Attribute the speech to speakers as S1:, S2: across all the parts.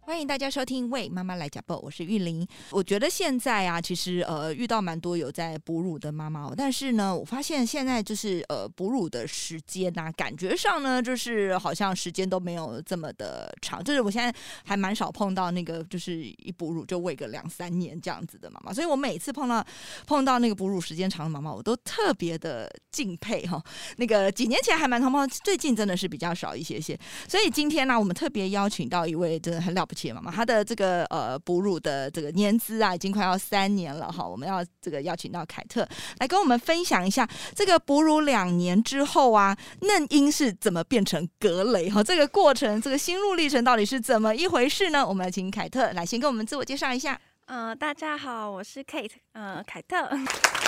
S1: 欢迎大家收听《为妈妈来讲报》，我是玉玲。我觉得现在啊，其实呃遇到蛮多有在哺乳的妈妈、哦，但是呢，我发现现在就是呃哺乳的时间呐、感觉上呢，就是呃好像时间都没有这么的长。就是我现在还蛮少碰到那个就是一哺乳就喂个两三年这样子的妈妈，所以我每次碰到碰到那个哺乳时间长的妈妈，我都特别的敬佩哈、那个几年前还蛮常碰到，最近真的是比较少一些些。所以今天呢、我们特别邀请到一位真的很了不起的妈妈，她的这个呃哺乳的这个年资啊，已经快要三年了哈。我们要这个邀请到凯特来跟我们分享一下这个哺乳两年之后啊，嫩婴是怎么变成格雷哈，这个过程这个心路历程到底是怎么一回事呢？我们来请凯特来先跟我们自我介绍一下。
S2: 呃，大家好，我是 Kate，呃，凯特。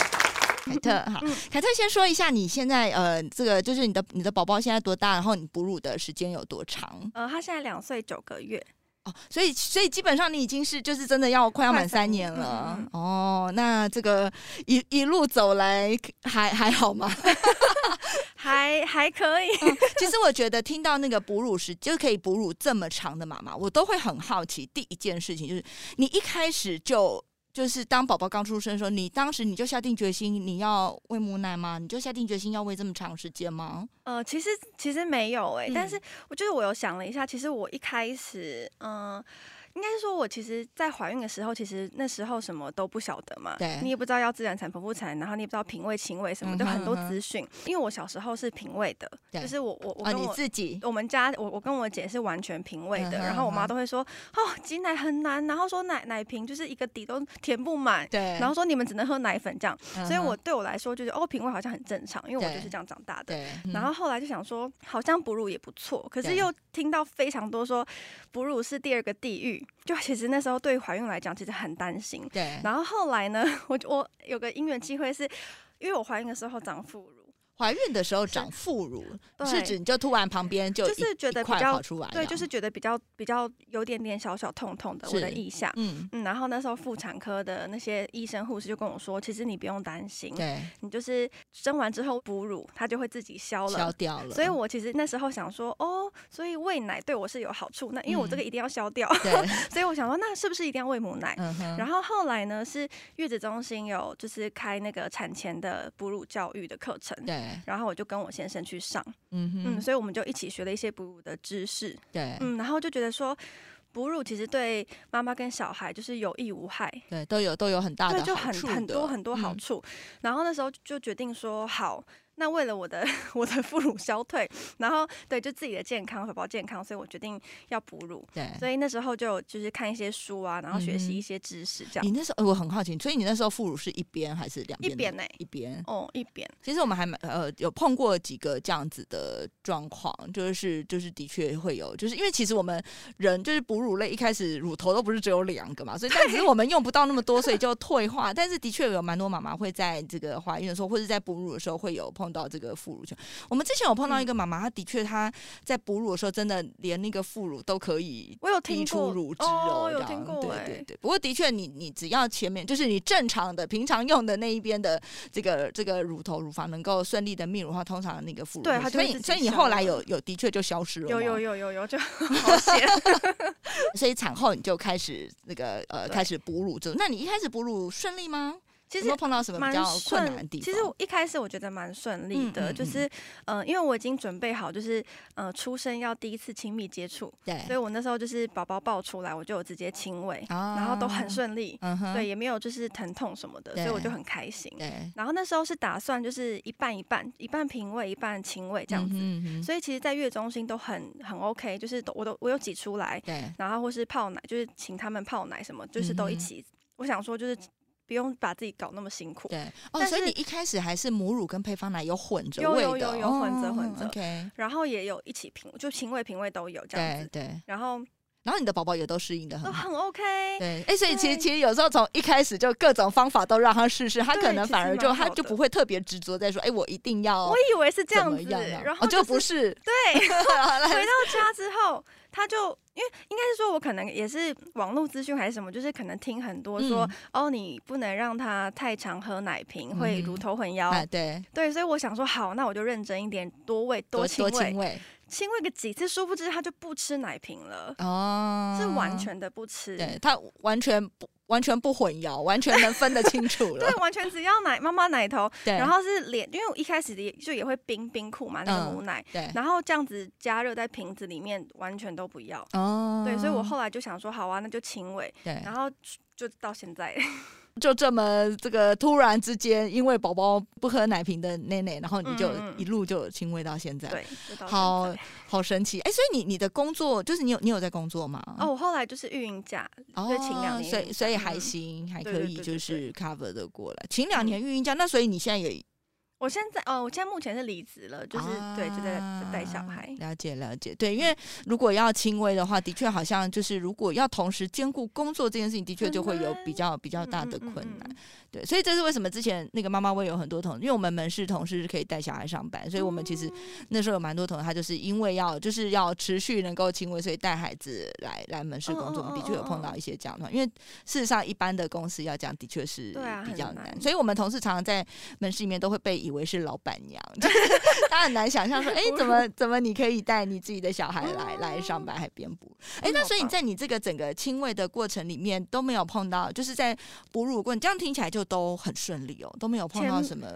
S1: 凯特好，凯特先说一下你现在呃这个就是你的你的宝宝现在多大，然后你哺乳的时间有多长？
S2: 呃，他现在两岁九个月。
S1: 哦，所以所以基本上你已经是就是真的要快要
S2: 快
S1: 满
S2: 三
S1: 三年
S2: 年
S1: 了、
S2: 嗯嗯
S1: 哦。那这个一一路走来还还好吗？
S2: 还还可以，
S1: 其实我觉得听到那个哺乳时就可以哺乳这么长的妈妈，我都会很好奇。第一件事情就是你一开始就。就是当宝宝刚出生的时候，你当时你就下定决心你要喂母奶吗？你就下定决心要喂这么长时间吗？
S2: 呃，其实其实没有哎、但
S1: 嗯
S2: 是我就是我有想了一下，其实我一开始，嗯、应该是说我其实，在怀孕的时候，其实那时候什么都不晓得嘛，
S1: 对
S2: 你也不知道要自然产、剖腹产，然后你也不知道平胃、亲胃什么，就
S1: 嗯哼
S2: 很多
S1: 嗯哼
S2: 资讯。因为我小时候是平胃的，
S1: 对
S2: 就是我我我
S1: 啊，
S2: 跟
S1: 你
S2: 我、
S1: 自己
S2: 我们家我我跟我姐是完全平胃
S1: 嗯
S2: 的，
S1: 哼
S2: 然后我
S1: 嗯哼
S2: 妈都会说哦挤奶很难，然后说奶奶瓶就是一个底都填不满，
S1: 对，
S2: 然
S1: 然
S2: 后说你们只能喝奶粉这样，所以
S1: 嗯哼
S2: 我对我来说就是哦平胃好像很正常，因为我就
S1: 对
S2: 是这样长大的。
S1: 对，嗯
S2: 然后后来就想说，好像哺乳也不错，可是
S1: 对
S2: 又听到非常多说哺乳是第二个地狱，就其实那时候对怀孕来讲其实很担心。
S1: 对
S2: 然后后来呢， 我就我有个因缘机会是，因为我怀孕的时候长副乳，
S1: 怀孕的时候长副乳，是
S2: 对
S1: 指你就突然旁边就
S2: 就
S1: 一
S2: 是觉得
S1: 一
S2: 比
S1: 块
S2: 较
S1: 跑出来这
S2: 对，
S1: 样，
S2: 就是觉得比较比较有点点小小痛痛的我的
S1: 是
S2: 腋下。
S1: 嗯，
S2: 嗯，然后那时候妇产科的那些医生护士就跟我说，其实你不用担心，
S1: 对，
S2: 你就是生完之后哺乳，它就会自己消了。
S1: 消掉了，
S2: 所以我其实那时候想说，哦，所以喂奶对我是有好处，那因为我这
S1: 嗯
S2: 个一定要消掉，
S1: 对，
S2: 所以我想说，那是不是一定要喂母奶？
S1: 嗯哼，
S2: 然后后来呢，是月子中心有就是开那个产前的哺乳教育的课程，
S1: 对，
S2: 然后我就跟我先生去上，
S1: 嗯
S2: 嗯，
S1: 哼，
S2: 所以我们就一起学了一些哺乳的知识，
S1: 对
S2: 嗯，然后就觉得说，哺乳其实对妈妈跟小孩就是有益无害，
S1: 对都有都有很大的
S2: 对，就
S1: 好
S2: 很
S1: 处
S2: 很多
S1: 的
S2: 很多好
S1: 嗯
S2: 处。然后那时候就决定说，好，那为了我的 我的副乳消退，然后对，就自己的健康、宝宝健康，所以我决定要哺乳。
S1: 对。
S2: 所以那时候就有就是看一些书啊，然后
S1: 嗯
S2: 学
S1: 嗯哼
S2: 习一些知识，这样、
S1: 你那时候，我很好奇，所以你那时候副乳是一边还是两
S2: 一
S1: 边？
S2: 边，呢、
S1: 一边。
S2: 哦，一边，
S1: 其实我们还蛮呃有碰过几个这样子的状况，就是就是的确会有，就是因为其实我们人就是哺乳类一开始乳头都不是只有两个嘛，所以但只是我们用不到那么多，所以就退化。但是的确有蛮多妈妈会在这个怀孕的时候，或者在哺乳的时候会有碰到这个副乳症。我们之前有碰到一个妈妈，她的确她在哺乳的时候真的连那个副乳都可以
S2: 我有听
S1: 滴出
S2: 过，
S1: 乳汁
S2: 哦，
S1: 这
S2: 有
S1: 样
S2: 听过、
S1: 对
S2: 哎，
S1: 对对。不过的确，你你只要前面就是你正常的、平常用的那一边的这个这个乳头乳房能够顺利的泌乳的话，通常那个副乳
S2: 对
S1: 就
S2: 它
S1: 所
S2: 就会
S1: 以
S2: 自己
S1: 所以你
S2: 消
S1: 后来
S2: 了
S1: 有有的确就消失了，
S2: 有有，有有有，就 好险。
S1: 所以产后你就开始那个呃
S2: 对
S1: 开始哺乳之后，那你一开始哺乳顺利吗？
S2: 其
S1: 有
S2: 实
S1: 没有碰到什么比
S2: 蛮
S1: 较困难的
S2: 顺
S1: 地，方？
S2: 其实我一开始我觉得蛮顺利的，
S1: 嗯嗯
S2: 就是呃，因为我已经准备好，就是呃，出生要第一次亲密接触，所
S1: 对，
S2: 以我那时候就是宝宝抱出来，我就有直接亲喂，
S1: 然
S2: 然后都很，顺利，
S1: 哦啊嗯哼，
S2: 对，也没有就是疼痛什么的，所以我
S1: 对
S2: 就很开心。
S1: 对，
S2: 然后那时候是打算就是一半一半，一半平喂，一半亲喂这样子，
S1: 嗯哼嗯哼
S2: 所以其实，在月中心都很很 OK，就是都我都我有挤出来，
S1: 对
S2: 然后或是泡奶，就是请他们泡奶什么，就是都一
S1: 嗯哼
S2: 起。我想说就是。不用把自己搞那么辛苦，
S1: 对哦，
S2: 但
S1: 所以你
S2: 是
S1: 一开始还是母乳跟配方奶有混着
S2: 有
S1: 喂的，
S2: 有有有混着
S1: 哦
S2: 混着
S1: OK，
S2: 然后也有一起平，就平胃平胃都有这样
S1: 对
S2: 子。
S1: 对。
S2: 然后
S1: 然后你的宝宝也都适应的
S2: 都
S1: 很好。
S2: 很 OK。
S1: 对，哎，所以其实
S2: 对
S1: 其实有时候从一开始就各种方法都让他试试，他
S2: 对
S1: 可能
S2: 其
S1: 反
S2: 实
S1: 而
S2: 蛮
S1: 就
S2: 好
S1: 他就
S2: 的
S1: 不会特别执着在说，哎，我一定要
S2: 我以为是这
S1: 怎
S2: 样
S1: 么
S2: 子，
S1: 样啊
S2: 然后
S1: 哦就不
S2: 是
S1: 是，
S2: 对，
S1: 好来
S2: 回到家之后，他就因为应该是说，我可能也是网络资讯还是什么，就是可能听很多说、
S1: 嗯
S2: 哦，你不能让他太常喝奶瓶，会
S1: 嗯
S2: 乳头混淆。
S1: 啊，对，
S2: 对，所以我想说，好，那我就认真一点，多喂
S1: 多
S2: 亲
S1: 多
S2: 喂
S1: 亲，喂
S2: 亲喂个几次，殊不知他就不吃奶瓶了，
S1: 哦，
S2: 是完全的不吃。
S1: 对他完全不完全不混淆，完全能分得清楚了
S2: 对。完全只要奶妈妈奶头，
S1: 对，
S2: 然后是连，因为我一开始也就也会冰冰库嘛，那个
S1: 嗯
S2: 母奶，
S1: 对
S2: 然后这样子加热在瓶子里面，完全都不要。
S1: 哦，
S2: 对，所以我后来就想说，好啊，那就亲喂，
S1: 对
S2: 然后就到现在，
S1: 就这么这个突然之间，因为宝宝不喝奶瓶的奶奶，然后你就
S2: 嗯嗯
S1: 一路就亲喂到现在，
S2: 对，就到现在
S1: 好好神奇。哎，所以你你的工作就是你有你有在工作吗？
S2: 哦，我后来就是育婴假，
S1: 哦，
S2: 就请两年
S1: 所
S2: 孕
S1: 以
S2: 假
S1: 所以还
S2: 嗯
S1: 行，还
S2: 对
S1: 可
S2: 对
S1: 以，
S2: 对
S1: 就
S2: 对
S1: 是 cover 的过来，请两年育婴假。那所以你现在也
S2: 我现在哦，我现在目前是离职了，就是对，就在在带小孩
S1: 啊，了解了解，对，因为如果要轻微的话，的确好像就是如果要同时兼顾工作这件事情，的确
S2: 很
S1: 就会有比
S2: 难
S1: 较比较
S2: 嗯
S1: 大
S2: 嗯
S1: 的
S2: 嗯
S1: 困难。
S2: 嗯
S1: 对，所以这是为什么之前那个妈妈我有很多同，因为我们门市同事是可以带小孩上班，所以我们其
S2: 哦
S1: 实那时候有蛮多同事，他就是因为要就是要持续能够轻微，所以带孩子来来门市工作，
S2: 哦
S1: 我
S2: 哦
S1: 们的确有碰到一些这样的话，因为事实上一般的公司要这样的确是
S2: 对啊
S1: 比
S2: 很
S1: 较
S2: 难
S1: 难，所以我们同事常常在门市里面都会被以为是老板娘， 就是他很难想象 说，哎、怎么怎么你可以带你自己的小孩来来上班还编哺？哎、
S2: 嗯
S1: 那
S2: 好
S1: 所以你
S2: 棒
S1: 在你这个整个亲喂的过程里面都没有碰到，就是在哺乳过程，这样听起来就都很顺利哦，都没有碰到
S2: 前
S1: 什么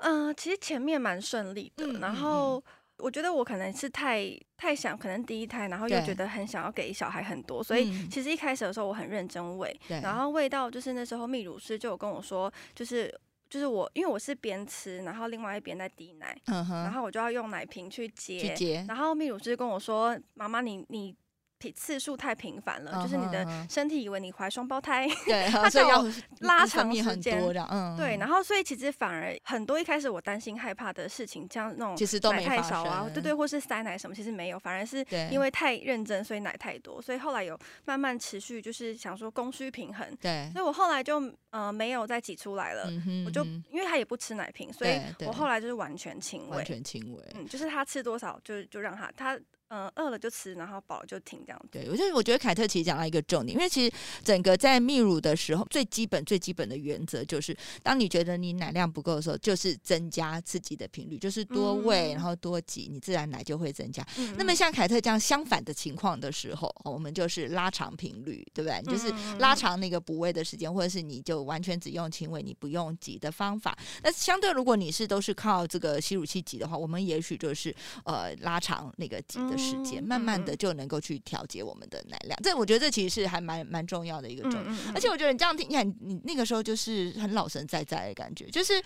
S2: 嗯、呃其实前面蛮顺利的，
S1: 嗯嗯
S2: 然后。我觉得我可能是太太想，可能第一胎，然后又
S1: 对
S2: 觉得很想要给小孩很多，所以
S1: 嗯
S2: 其实一开始的时候我很认真喂，
S1: 对，
S2: 然后喂到就是那时候泌乳师就有跟我说，就是就是我因为我是边吃，然后另外一边在滴奶，
S1: 嗯
S2: 然
S1: 哼，
S2: 后我就要用奶瓶去接，
S1: 去接，
S2: 然后泌乳师跟我说：“妈妈，你你频次数太频繁了，就是你
S1: 嗯
S2: 的
S1: 哼嗯嗯哼
S2: 身体以为你怀双胞胎。
S1: 对，
S2: 他
S1: 所以
S2: 叫
S1: 要
S2: 我
S1: 拉
S2: 拉
S1: 长
S2: 长
S1: 时
S2: 时
S1: 很
S2: 间
S1: 多的，嗯，
S2: 对，然后所以其实反而很多一开始我担心害怕的事情，像那
S1: 其
S2: 种
S1: 实都
S2: 奶
S1: 没
S2: 太
S1: 发
S2: 少啊，
S1: 生
S2: 对对，或是塞奶什么，其实没有，反而是
S1: 对
S2: 因为太认真，所以奶太多，所以后来有慢慢持续，就是想说供需平衡，
S1: 对，
S2: 所以我后来就呃没有再挤出来了，
S1: 嗯哼，
S2: 我就
S1: 嗯
S2: 因为他也不吃奶瓶，所以
S1: 对对
S2: 我后来就是完全亲
S1: 完
S2: 喂，
S1: 全轻微。
S2: 嗯，就是他吃多少就就让他他呃饿了就吃，然后饱了就停这样子。
S1: 对，我觉得我觉得凯特其实讲到一个重点，因为其实整个在泌乳的时候，最基本最基本的原则就是，当你觉得你奶量不够的时候，就是增加刺激的频率，就是多喂，
S2: 嗯
S1: 然后多挤，你自然奶就会增加。
S2: 嗯
S1: 那么像凯特这样相反的情况的时候，哦我们就是拉长频率，对不对？你就是
S2: 嗯
S1: 拉长那个补喂的时间，或者是你就完全只用亲喂，你不用挤的方法。那相对如果你是都是靠这个吸乳器挤的话，我们也许就是呃拉长那个挤的时间，
S2: 嗯
S1: 慢慢的
S2: 嗯嗯
S1: 就能够去调节我们的奶量。这我觉得这其实是还蛮蛮重要的一个重点。
S2: 嗯嗯
S1: 而且我觉得你这样听起来，你你那个时候就是很老神在在的感觉，就是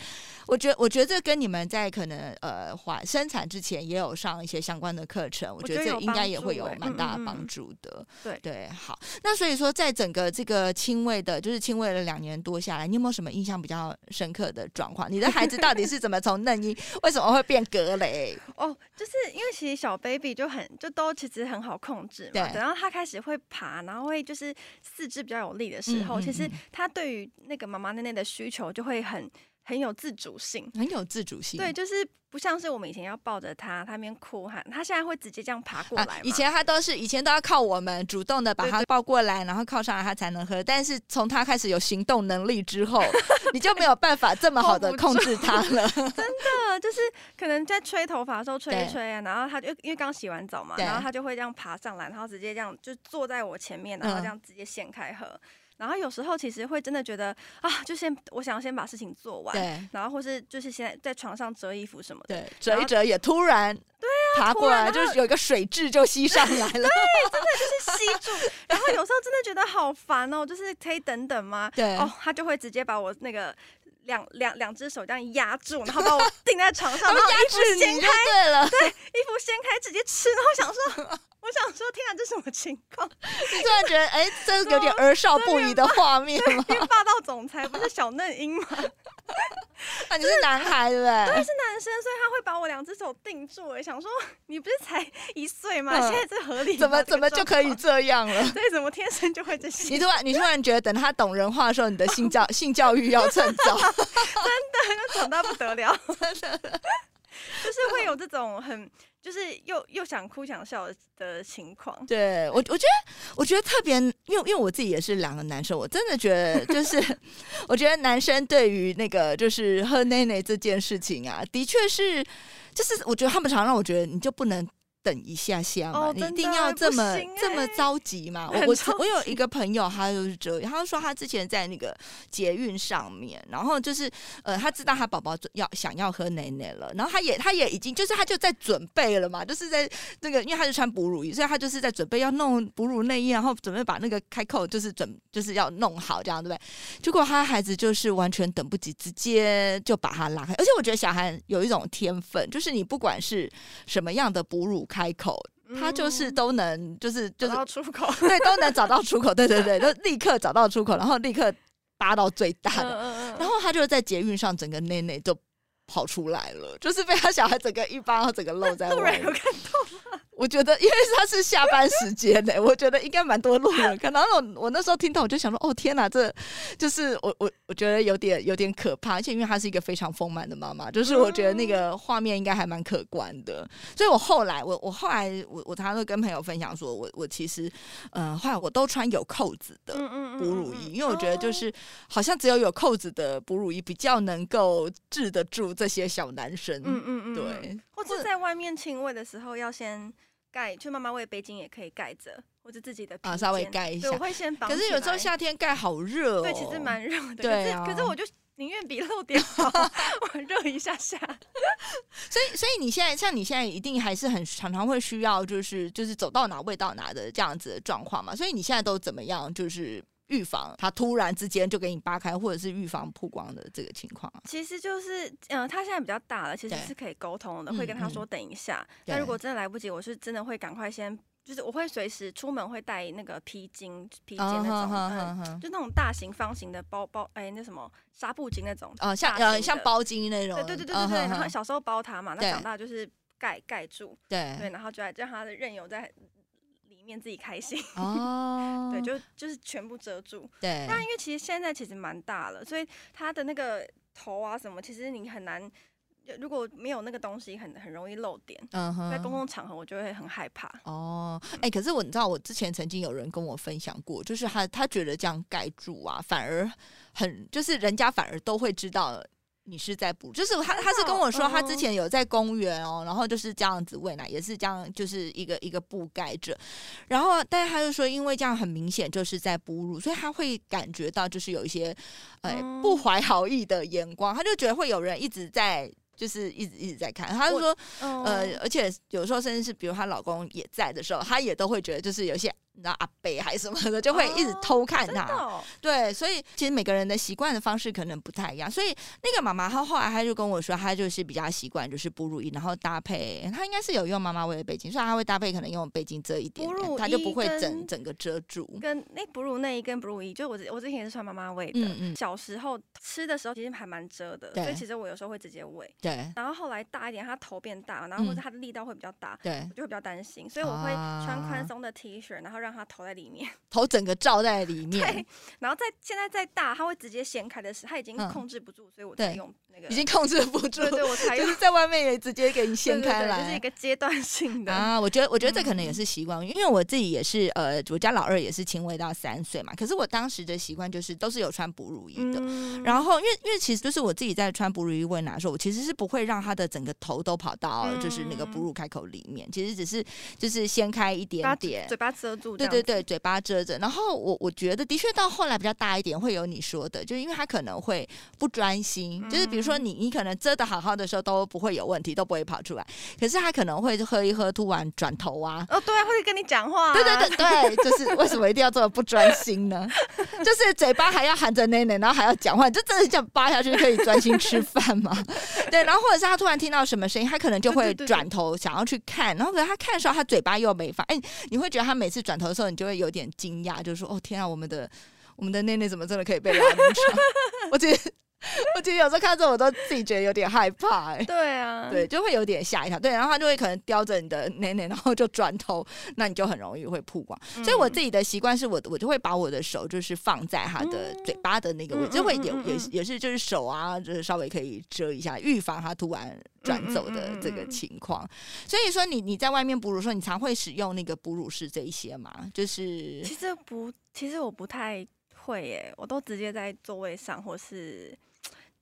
S1: 我觉得我觉得这跟你们在可能呃怀生产之前也有上一些相关的课程，我
S2: 我
S1: 觉
S2: 觉
S1: 得
S2: 得
S1: 这
S2: 有
S1: 应该
S2: 帮
S1: 也会
S2: 助
S1: 有
S2: 欸
S1: 蛮
S2: 嗯
S1: 大
S2: 嗯
S1: 的帮
S2: 嗯
S1: 助的。
S2: 对
S1: 对，好，那所以说在整个这个亲喂的，就是亲喂了两年多下来，你有没有什么印象比较深刻的状况？你的孩子到底是怎么从嫩婴为什么会变格雷？
S2: 哦，就是因为其实小 baby 就很就都其实很好控制嘛，
S1: 对
S2: 等到他开始会爬，然后会就是四肢比较有力的时候，
S1: 嗯嗯
S2: 其实
S1: 嗯
S2: 他对于那个妈妈奶奶的需求就会很很有自主性。
S1: 很有自主性。
S2: 对，就是不像是我们以前要抱着他，他那边哭喊，他现在会直接这样爬过来嘛、
S1: 啊。以前他都是以前都要靠我们主动的把
S2: 对
S1: 他抱过来，然后靠上来他才能喝。但是从他开始有行动能力之 后，你就没有办法这么好的
S2: Hold 不
S1: 控制他了。
S2: 呃，就是可能在吹头发的时候吹
S1: 对
S2: 一吹啊，然后他就因为刚洗完澡嘛，
S1: 对
S2: 然后他就会这样爬上来，然后直接这样就坐在我前面，然
S1: 嗯
S2: 后这样直接掀开喝。然后有时候其实会真的觉得啊，就先我想先把事情做 完，
S1: 对
S2: 然后或是就是现在在床上折衣服什么的，
S1: 对，折一折也突然对爬
S2: 啊突
S1: 过来，
S2: 然然
S1: 就是有一个水蛭就吸上来了。
S2: 就是吸住。然后有时候真的觉得好烦哦，就是可以等等吗？
S1: 对
S2: 哦，他就会直接把我那个两两两只手这样压住，然后把我 钉在床上，
S1: 然
S2: 然
S1: 后
S2: 后
S1: 压
S2: 衣服
S1: 制
S2: 掀
S1: 你
S2: 开
S1: 就。对了，
S2: 衣服掀开直接吃，然后我想说，我想说，天啊，这什么情况？
S1: 你突然觉得哎，这是有点儿少不宜的画面吗？
S2: 因为霸道总裁不是小嫩婴吗？
S1: 啊，你是男孩哎对不
S2: 对，
S1: 对？
S2: 是男生，所以他会把我两只手定住。哎，想说你不是才一岁吗？
S1: 嗯
S2: 现在这合理吗
S1: 怎么
S2: 这个
S1: 怎么就
S2: 状
S1: 可以
S2: 况
S1: 这样了？
S2: 对，怎么天生就会这些？
S1: 你突然你突然觉得，等他懂人话的时候，你的性教性教育要趁早。
S2: 长大不 得了，真的， 就是会有这种很，就是又又想哭想笑的情况。
S1: 对我，我觉得，我觉得特别，因为因为我自己也是两个男生，我真的觉得就是， 我觉得男生对于那个就是喝奶奶这件事情啊，的确是，就是我觉得他们常让我觉得你就不能。等一下下嘛，
S2: 哦
S1: 你一
S2: 真
S1: 定
S2: 的
S1: 要
S2: 不
S1: 这么、
S2: 行
S1: 这么
S2: 欸
S1: 着急嘛？我
S2: 很
S1: 我
S2: 着
S1: 我有一个朋友，他就是这样，他说他之前在那个捷运上面，然后就是呃，他知道他宝宝要想要喝奶奶了，然后他也他也已经就是他就在准备了嘛，就是在那个，因为他是穿哺乳衣，所以他就是在准备要弄哺乳内衣，然后准备把那个开扣就是准就是要弄好这样，对不对？结果他孩子就是完全等不及，直接就把他拉开。而且我觉得小孩有一种天分，就是你不管是什么样的哺乳开口，他就是
S2: 嗯
S1: 都能就是就
S2: 找
S1: 是
S2: 到出口。
S1: 对都能找到出口，对 对对，就立刻找到出口，然后立刻扒到最大的。
S2: 嗯
S1: 然
S2: 后
S1: 后他就在捷运上，整个内内就跑出来了，就是被他小孩整个一巴，整个露在
S2: 路
S1: 外
S2: 人
S1: 面
S2: 有。看
S1: 我觉得，因为他是下班时间呢、 我觉得应该蛮多路人看。然后我我那时候听到，我就想说，哦天哪，这就是我我我觉得有点有点可怕，而且因为她是一个非常丰满的妈妈，就是我觉得那个画面应该还蛮可观的。所以我后来，我我后来我我常常都跟朋友分享说，我我其实，呃，后来我都穿有扣子的，
S2: 嗯嗯嗯
S1: 哺乳
S2: 嗯
S1: 衣，
S2: 嗯
S1: 因为我觉得就
S2: 哦
S1: 是好像只有有扣子的哺乳衣比较能够治得住这些小男生。
S2: 嗯嗯嗯，嗯，
S1: 对，
S2: 或者在外面亲喂的时候要先盖，就妈妈喂背巾也可以盖着，或者自己的
S1: 啊
S2: 披
S1: 稍微
S2: 肩
S1: 盖一下
S2: 对我会先绑起
S1: 可
S2: 来。
S1: 是有时候夏天盖好热哦。
S2: 对，其实蛮热的。
S1: 对
S2: 可是可
S1: 啊
S2: 是我就宁愿比露点好，我热一下 下。
S1: 所以所以你现在像你现在一定还是很常常会需要就是就是走到哪喂到哪的这样子的状况嘛。所以你现在都怎么样就是预防它突然之间就给你扒开，或者是预防曝光的这个情况啊？
S2: 其实就是，嗯、他现在比较大了，其实
S1: 对
S2: 是可以沟通的，
S1: 嗯
S2: 会跟他说等一下。那、
S1: 对
S2: 如果真的来不及，我是真的会赶快先，就是我会随时出门会带那个披巾、披肩那
S1: 啊
S2: 种，嗯，
S1: 哼
S2: 就那种大型方形的包包，哎、那什么纱布巾那种。
S1: 哦，像
S2: 大型
S1: 呃
S2: 的
S1: 像包巾那种，
S2: 对对对对
S1: 嗯
S2: 对对。
S1: 哼
S2: 然后
S1: 哼
S2: 小时候包它嘛，那
S1: 对哎
S2: 长大就是盖盖住，
S1: 对
S2: 对，然后就来让它的任由在里面自己开心，
S1: 哦
S2: 对，就就是全部遮住。
S1: 对
S2: 但因为其实现在其实蛮大了，所以它的那个头啊什么，其实你很难，就如果没有那个东西很，很容易漏点。
S1: 嗯哼
S2: 在公共场合，我就会很害怕。
S1: 哦，哎、可是我你知道，我之前曾经有人跟我分享过，就是他他觉得这样盖住啊，反而很就是人家反而都会知道你是在哺乳，就是他他是跟我说，
S2: 哦
S1: 他之前有在公园哦，然后就是这样子喂奶，也是这样，就是一个一个布盖着，然后但是他就说，因为这样很明显就是在哺乳，所以他会感觉到就是有一些哎、
S2: 嗯
S1: 不怀好意的眼光，他就觉得会有人一直在。就是一直一直在看，他就
S2: 我
S1: 说
S2: 嗯
S1: 呃，而且有时候甚至是比如她老公也在的时候，她也都会觉得就是有些你知道阿伯还是什么的，就会一直
S2: 哦
S1: 偷看
S2: 真
S1: 她。
S2: 的哦、
S1: 对，所以其实每个人的习惯的方式可能不太一样。所以那个妈妈她后来她就跟我说，她就是比较习惯就是哺乳衣，然后搭配她应该是有用妈妈喂的背巾，所以她会搭配可能用背巾遮一点
S2: 哺乳
S1: 点，她就不
S2: 衣
S1: 会整
S2: 跟
S1: 整个遮住。
S2: 跟那哺乳内衣跟哺乳衣，就我之我之前也是穿妈妈喂的。
S1: 嗯嗯，
S2: 小时候吃的时候其实还蛮遮的，
S1: 对
S2: 所以其实我有时候会直接喂。
S1: 对
S2: 然后后来大一点，它头变大，然后
S1: 嗯
S2: 或者它的力道会比较大，
S1: 对
S2: 我，就会比较担心，所以我会穿
S1: 啊
S2: 宽松的 T 恤，然后让它头在里面。
S1: 头整个罩在里面
S2: 对，，然后再现在再大，它会直接掀开的时候，它已经
S1: 嗯
S2: 控制不住，所以我
S1: 对
S2: 才用那个，
S1: 已经控制不住
S2: 对，对，我才
S1: 就
S2: 用
S1: 是在外面也直接给你掀
S2: 对对
S1: 开
S2: 对
S1: 来，
S2: 就是一个阶段性的。
S1: 啊，我觉得我觉得这可能也是习惯，因为我自己也是呃，我家老二也是亲喂到三岁嘛，可是我当时的习惯就是都是有穿哺乳衣的。
S2: 嗯
S1: 然后，因为因为其实就是我自己在穿哺乳衣喂奶的时候，我其实是不会让他的整个头都跑到就是那个哺乳开口里面，其实只是就是掀开一点
S2: 把
S1: 点，
S2: 嘴巴遮住，
S1: 对对，对，嘴巴遮着。然后我我觉得的确到后来比较大一点，会有你说的，就是因为他可能会不专心，就是比如说你你可能遮的好好的时候都不会有问题，都不会跑出来，可是他可能会喝一喝，突然转头啊。
S2: 哦对啊，会跟你讲话啊，
S1: 对对对对，就是为什么一定要这么不专心 呢？就是嘴巴还要含着奶奶，然后还要讲话，你就真的这样扒下去可以专心吃饭 吗？对，然后或者是他突然听到什么声音，他可能就
S2: 对对
S1: 会
S2: 对对
S1: 转头想要去看，然后可是他看的时候，他嘴巴又没放，哎，你会觉得他每次转头的时候，你就会有 点惊讶，就是说，哦，天啊，我们的我们的内内怎么真的可以被拉入场？我觉得我其实有时候看到这，我都自己觉得有点害怕、哎，
S2: 对啊，
S1: 对，就会有点吓一跳。对，然后他就会可能叼着你的奶 奶，然后就转头，那你就很容易会曝光。
S2: 嗯，
S1: 所以我自己的习惯是我我就会把我的手就是放在他的嘴巴的那个位置，
S2: 嗯
S1: 就会
S2: 嗯
S1: 有
S2: 嗯嗯
S1: 也
S2: 嗯
S1: 也是就是手啊，就是稍微可以遮一下，预防他突然转走的这个情况。所以说你你在外面哺乳的时候，你常会使用那个哺乳室这一些嘛，就是
S2: 其实不，其实我不太会耶，我都直接在座位上，或是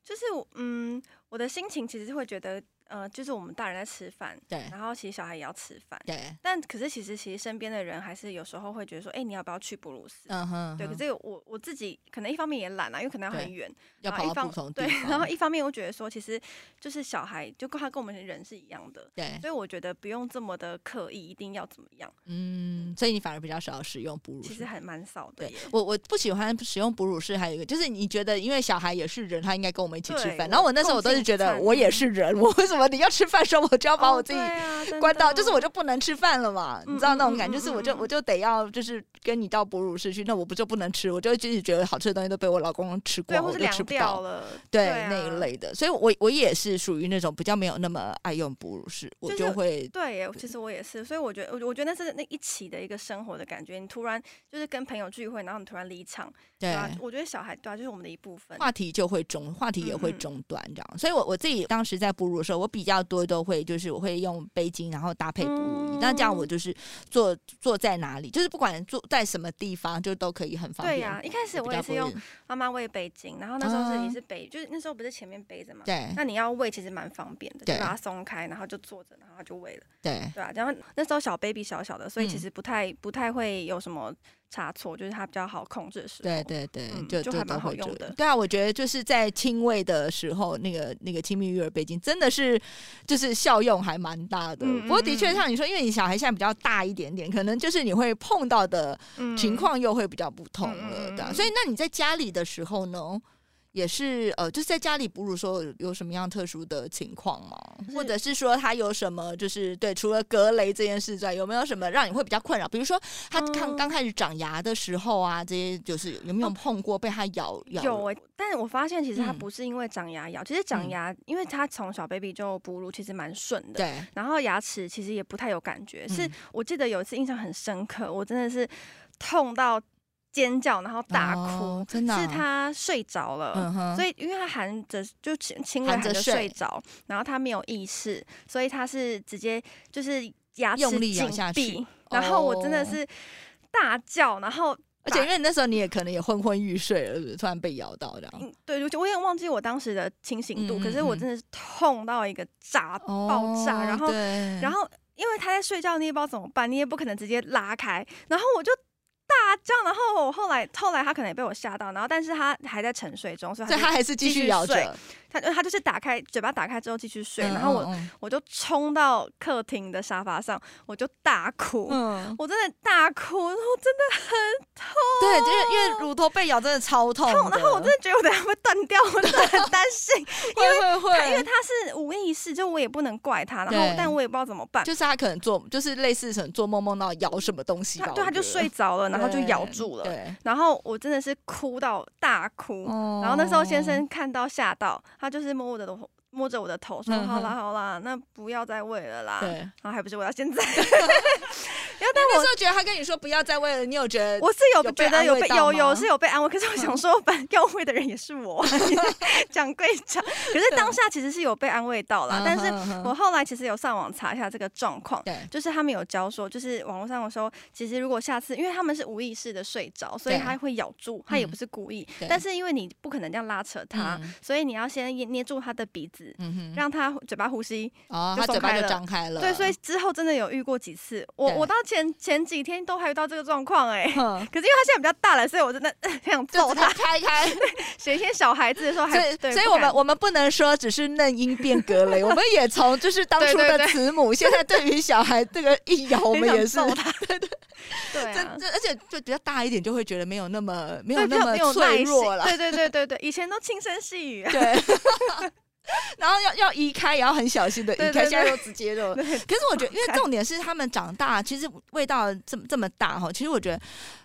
S2: 就是我嗯，我的心情其实是会觉得，呃，就是我们大人在吃饭，
S1: 对
S2: 然后其实小孩也要吃饭，
S1: 对，
S2: 但可是其实其实身边的人还是有时候会觉得说，哎、你要不要去哺乳室？
S1: 嗯哼，
S2: 对，可
S1: 是
S2: 是我我自己可能一方面也懒啦、啊因为可能要很
S1: 对
S2: 远，
S1: 要
S2: 然后
S1: 跑到
S2: 一方
S1: 不同地
S2: 对，然后
S1: 方，
S2: 一方面我觉得说，其实就是小孩就跟他跟我们人是一样的，
S1: 对，
S2: 所以我觉得不用这么的刻意，一定要怎么样，
S1: 嗯，所以你反而比较少使用哺乳
S2: 其
S1: 室
S2: 实。还蛮少的
S1: 对
S2: 耶。
S1: 我我不喜欢使用哺乳室，还有一个就是你觉得，因为小孩也是人，他应该跟我们一起吃
S2: 对
S1: 饭。然后我那时候
S2: 我
S1: 我都是
S2: 共进
S1: 觉得
S2: 餐嗯
S1: 我也是人，我为什么你要吃饭的时候我就要 把
S2: 哦
S1: 我自己
S2: 对啊真
S1: 关到，
S2: 的
S1: 就是我就不能吃饭了嘛？
S2: 嗯
S1: 你知道那种
S2: 嗯
S1: 感觉，
S2: 嗯
S1: 就是
S2: 嗯
S1: 我就
S2: 嗯
S1: 我就得要就是跟你到哺乳室去，那我不就不能吃，我就自己觉得好吃的东西都被我老公吃
S2: 对，
S1: 光，
S2: 或
S1: 我
S2: 是
S1: 就
S2: 凉
S1: 吃不
S2: 掉
S1: 到。
S2: 了，
S1: 对
S2: 啊
S1: 那一。类的，所以我我也是属于那种比较没有那么爱用哺乳室，我
S2: 就
S1: 就是会
S2: 对耶，其实
S1: 嗯
S2: 我也是，所以我觉得，我我觉得那是那一起的一个生活的感觉。你突然就是跟朋友聚会，然后你突然离场，
S1: 对
S2: 啊，我觉得小孩对啊，就是我们的一部分。
S1: 话题就会中，话题也会
S2: 嗯嗯
S1: 中断这样。所以我，我自己当时在哺乳的时候，我比较多都会就是我会用背巾，然后搭配哺乳衣。那这样
S2: 嗯
S1: 我就是坐坐在哪里，就是不管坐在什么地方，就都可以很方便。
S2: 对啊呀、一开始
S1: 比较
S2: 我也
S1: 不
S2: 是
S1: 会
S2: 用妈妈喂背巾，然后那时候是
S1: 啊
S2: 也是背，就是那时候不是前面背着嘛，
S1: 对
S2: 那你要喂其实蛮方便的，就
S1: 对
S2: 把它松开，然后就坐着，然后它就喂了，
S1: 对
S2: 对啊。然后那时候小 baby 小小的，所以其
S1: 嗯
S2: 实不太不太会有什么差错，就是它比较好控制的时候。
S1: 对对对，
S2: 嗯
S1: 就
S2: 就还
S1: 都
S2: 蛮好
S1: 会
S2: 用
S1: 这
S2: 的
S1: 样对啊，我觉得就是在亲喂的时候，那个那个亲密育儿背巾真的是就是效用还蛮大的。
S2: 嗯
S1: 不过的确
S2: 嗯嗯
S1: 像你说，因为你小孩现在比较大一点点，可能就是你会碰到的。
S2: 嗯
S1: 情况又会比较不同了，
S2: 嗯嗯嗯
S1: 对、啊。
S2: 嗯
S1: 所以，那你在家里的时候呢，也是呃，就是在家里哺乳时候有有什么样特殊的情况吗？
S2: 是
S1: 或者是说他有什么就是对，除了隔雷这件事之外，有没有什么让你会比较困扰？比如说他刚
S2: 嗯
S1: 刚开始长牙的时候啊，这些就是有没有
S2: 哦
S1: 碰过被他咬咬？
S2: 有诶、但我发现其实它
S1: 嗯
S2: 不是因为长牙咬，其实长
S1: 嗯
S2: 牙，因为它从小 baby 就哺乳，其实蛮顺的。
S1: 对，
S2: 然后牙齿其实也不太有感觉，是
S1: 嗯
S2: 我记得有一次印象很深刻，我真的是痛到尖叫，然后大哭，
S1: 哦真的啊
S2: 是他睡着了。
S1: 嗯哼，
S2: 呃所以，因为他含着就轻轻微
S1: 含
S2: 含
S1: 着
S2: 着
S1: 睡
S2: 睡着，然后他没有意识，所以他是直接就是牙齿
S1: 用力咬
S2: 紧
S1: 下去
S2: 闭，然后我真的
S1: 哦
S2: 是大叫，然后
S1: 而且因为那时候你也可能也昏昏欲睡了，是不是突然被咬到这样。
S2: 嗯，对，我就我有点忘记我当时的清醒度，
S1: 嗯
S2: 可是
S1: 嗯
S2: 我
S1: 嗯
S2: 真的是痛到一个炸
S1: 哦
S2: 嗯爆炸，然后
S1: 对
S2: 然后因为他在睡觉，你也不知道怎么办，你也不可能直接拉开，然后我就大叫，然后我后来后来他可能也被我吓到，然后但是他还在沉睡中，所以
S1: 所
S2: 他
S1: 以
S2: 就
S1: 他还是继
S2: 继
S1: 续
S2: 续
S1: 咬
S2: 睡
S1: 着，
S2: 他他就是打开嘴巴打开之后继续睡，
S1: 嗯
S2: 然后我、
S1: 嗯嗯
S2: 我就冲到客厅的沙发上，我就大哭。
S1: 嗯，
S2: 我真的大哭，然后真的
S1: 对，因为因为乳头被咬真的超痛
S2: 痛，然后我真
S1: 的
S2: 的觉得我等下会断掉，我真的很担心。
S1: 会会
S2: 因为
S1: 会，
S2: 他是无意识，就我也不能怪他，然
S1: 对
S2: 后但我也不知道怎么办。
S1: 就是他可能做就是类似什么做梦梦到咬什么东西吧
S2: 他，对，
S1: 我
S2: 他就
S1: 觉得
S2: 睡，着了，然后就咬住
S1: 对哦
S2: 了。
S1: 对，
S2: 然后我真的是哭到大哭，
S1: 然
S2: 然后那时候先生看到吓到，他就是摸我的头，摸着我的头说：“
S1: 嗯哼
S2: 好啦好啦，那不要再喂了啦。”
S1: 对，
S2: 然后还不是我要 现在，
S1: 那时候觉得他跟你说不要再喂了，你有觉得
S2: 我是有觉得有
S1: 有被安慰
S2: 被
S1: 到
S2: 有
S1: 吗嗯
S2: 有是有被安慰，可是我想说，反正要喂的人也是 我，讲归讲，可是当下其实是有被安慰到
S1: 嗯
S2: 啦，但是我
S1: 我
S2: 后来其实有上网查一下这个状况，
S1: 对
S2: 就是他们有教说，就是网络上有说，其实如果下次，因为他们是无意识的睡着，所以
S1: 对
S2: 他会咬住，他也
S1: 嗯
S2: 不是故意，
S1: 对
S2: 但是因为你不可能这样拉扯他，
S1: 嗯
S2: 所以你要先捏捏住他的鼻子。
S1: 嗯哼，
S2: 让他嘴巴呼吸，
S1: 哦，
S2: 就
S1: 他
S2: 松
S1: 嘴巴
S2: 开
S1: 就
S2: 了
S1: 张开了，嗯
S2: 对，所以之后真的有遇过几次，我
S1: 对
S2: 我到前前几天都还遇到这个状况哎，
S1: 哼
S2: 可是因为他现在比较大了，所以我真的 很想
S1: 就直
S2: 揍
S1: 接
S2: 他。
S1: 开开，
S2: 谁先小孩子的时候
S1: 所
S2: 还，
S1: 以
S2: 对
S1: 所以
S2: 不
S1: 我们
S2: 敢
S1: 我们不能说只是嫩鹰变格 雷，我们也从就是当
S2: 对
S1: 初
S2: 对
S1: 的
S2: 对
S1: 慈母，现在对于小孩这个一 咬，我
S2: 很
S1: 们
S2: 想
S1: 也是
S2: 揍 他对
S1: 真
S2: 啊
S1: 真，而且就比较大一点，就会觉得没有那么没有
S2: 对比
S1: 那
S2: 较没有
S1: 么
S2: 耐
S1: 脆
S2: 心
S1: 弱了。
S2: 对对对对对，以前都轻声细语啊，
S1: 对，然后要要移开，也要很小心的移
S2: 对
S1: 开，
S2: 对
S1: 现在
S2: 对
S1: 又直接 就。
S2: 对
S1: 可是我觉得，因为重点是他们长大，其实味道这么这么大哈，其实我觉得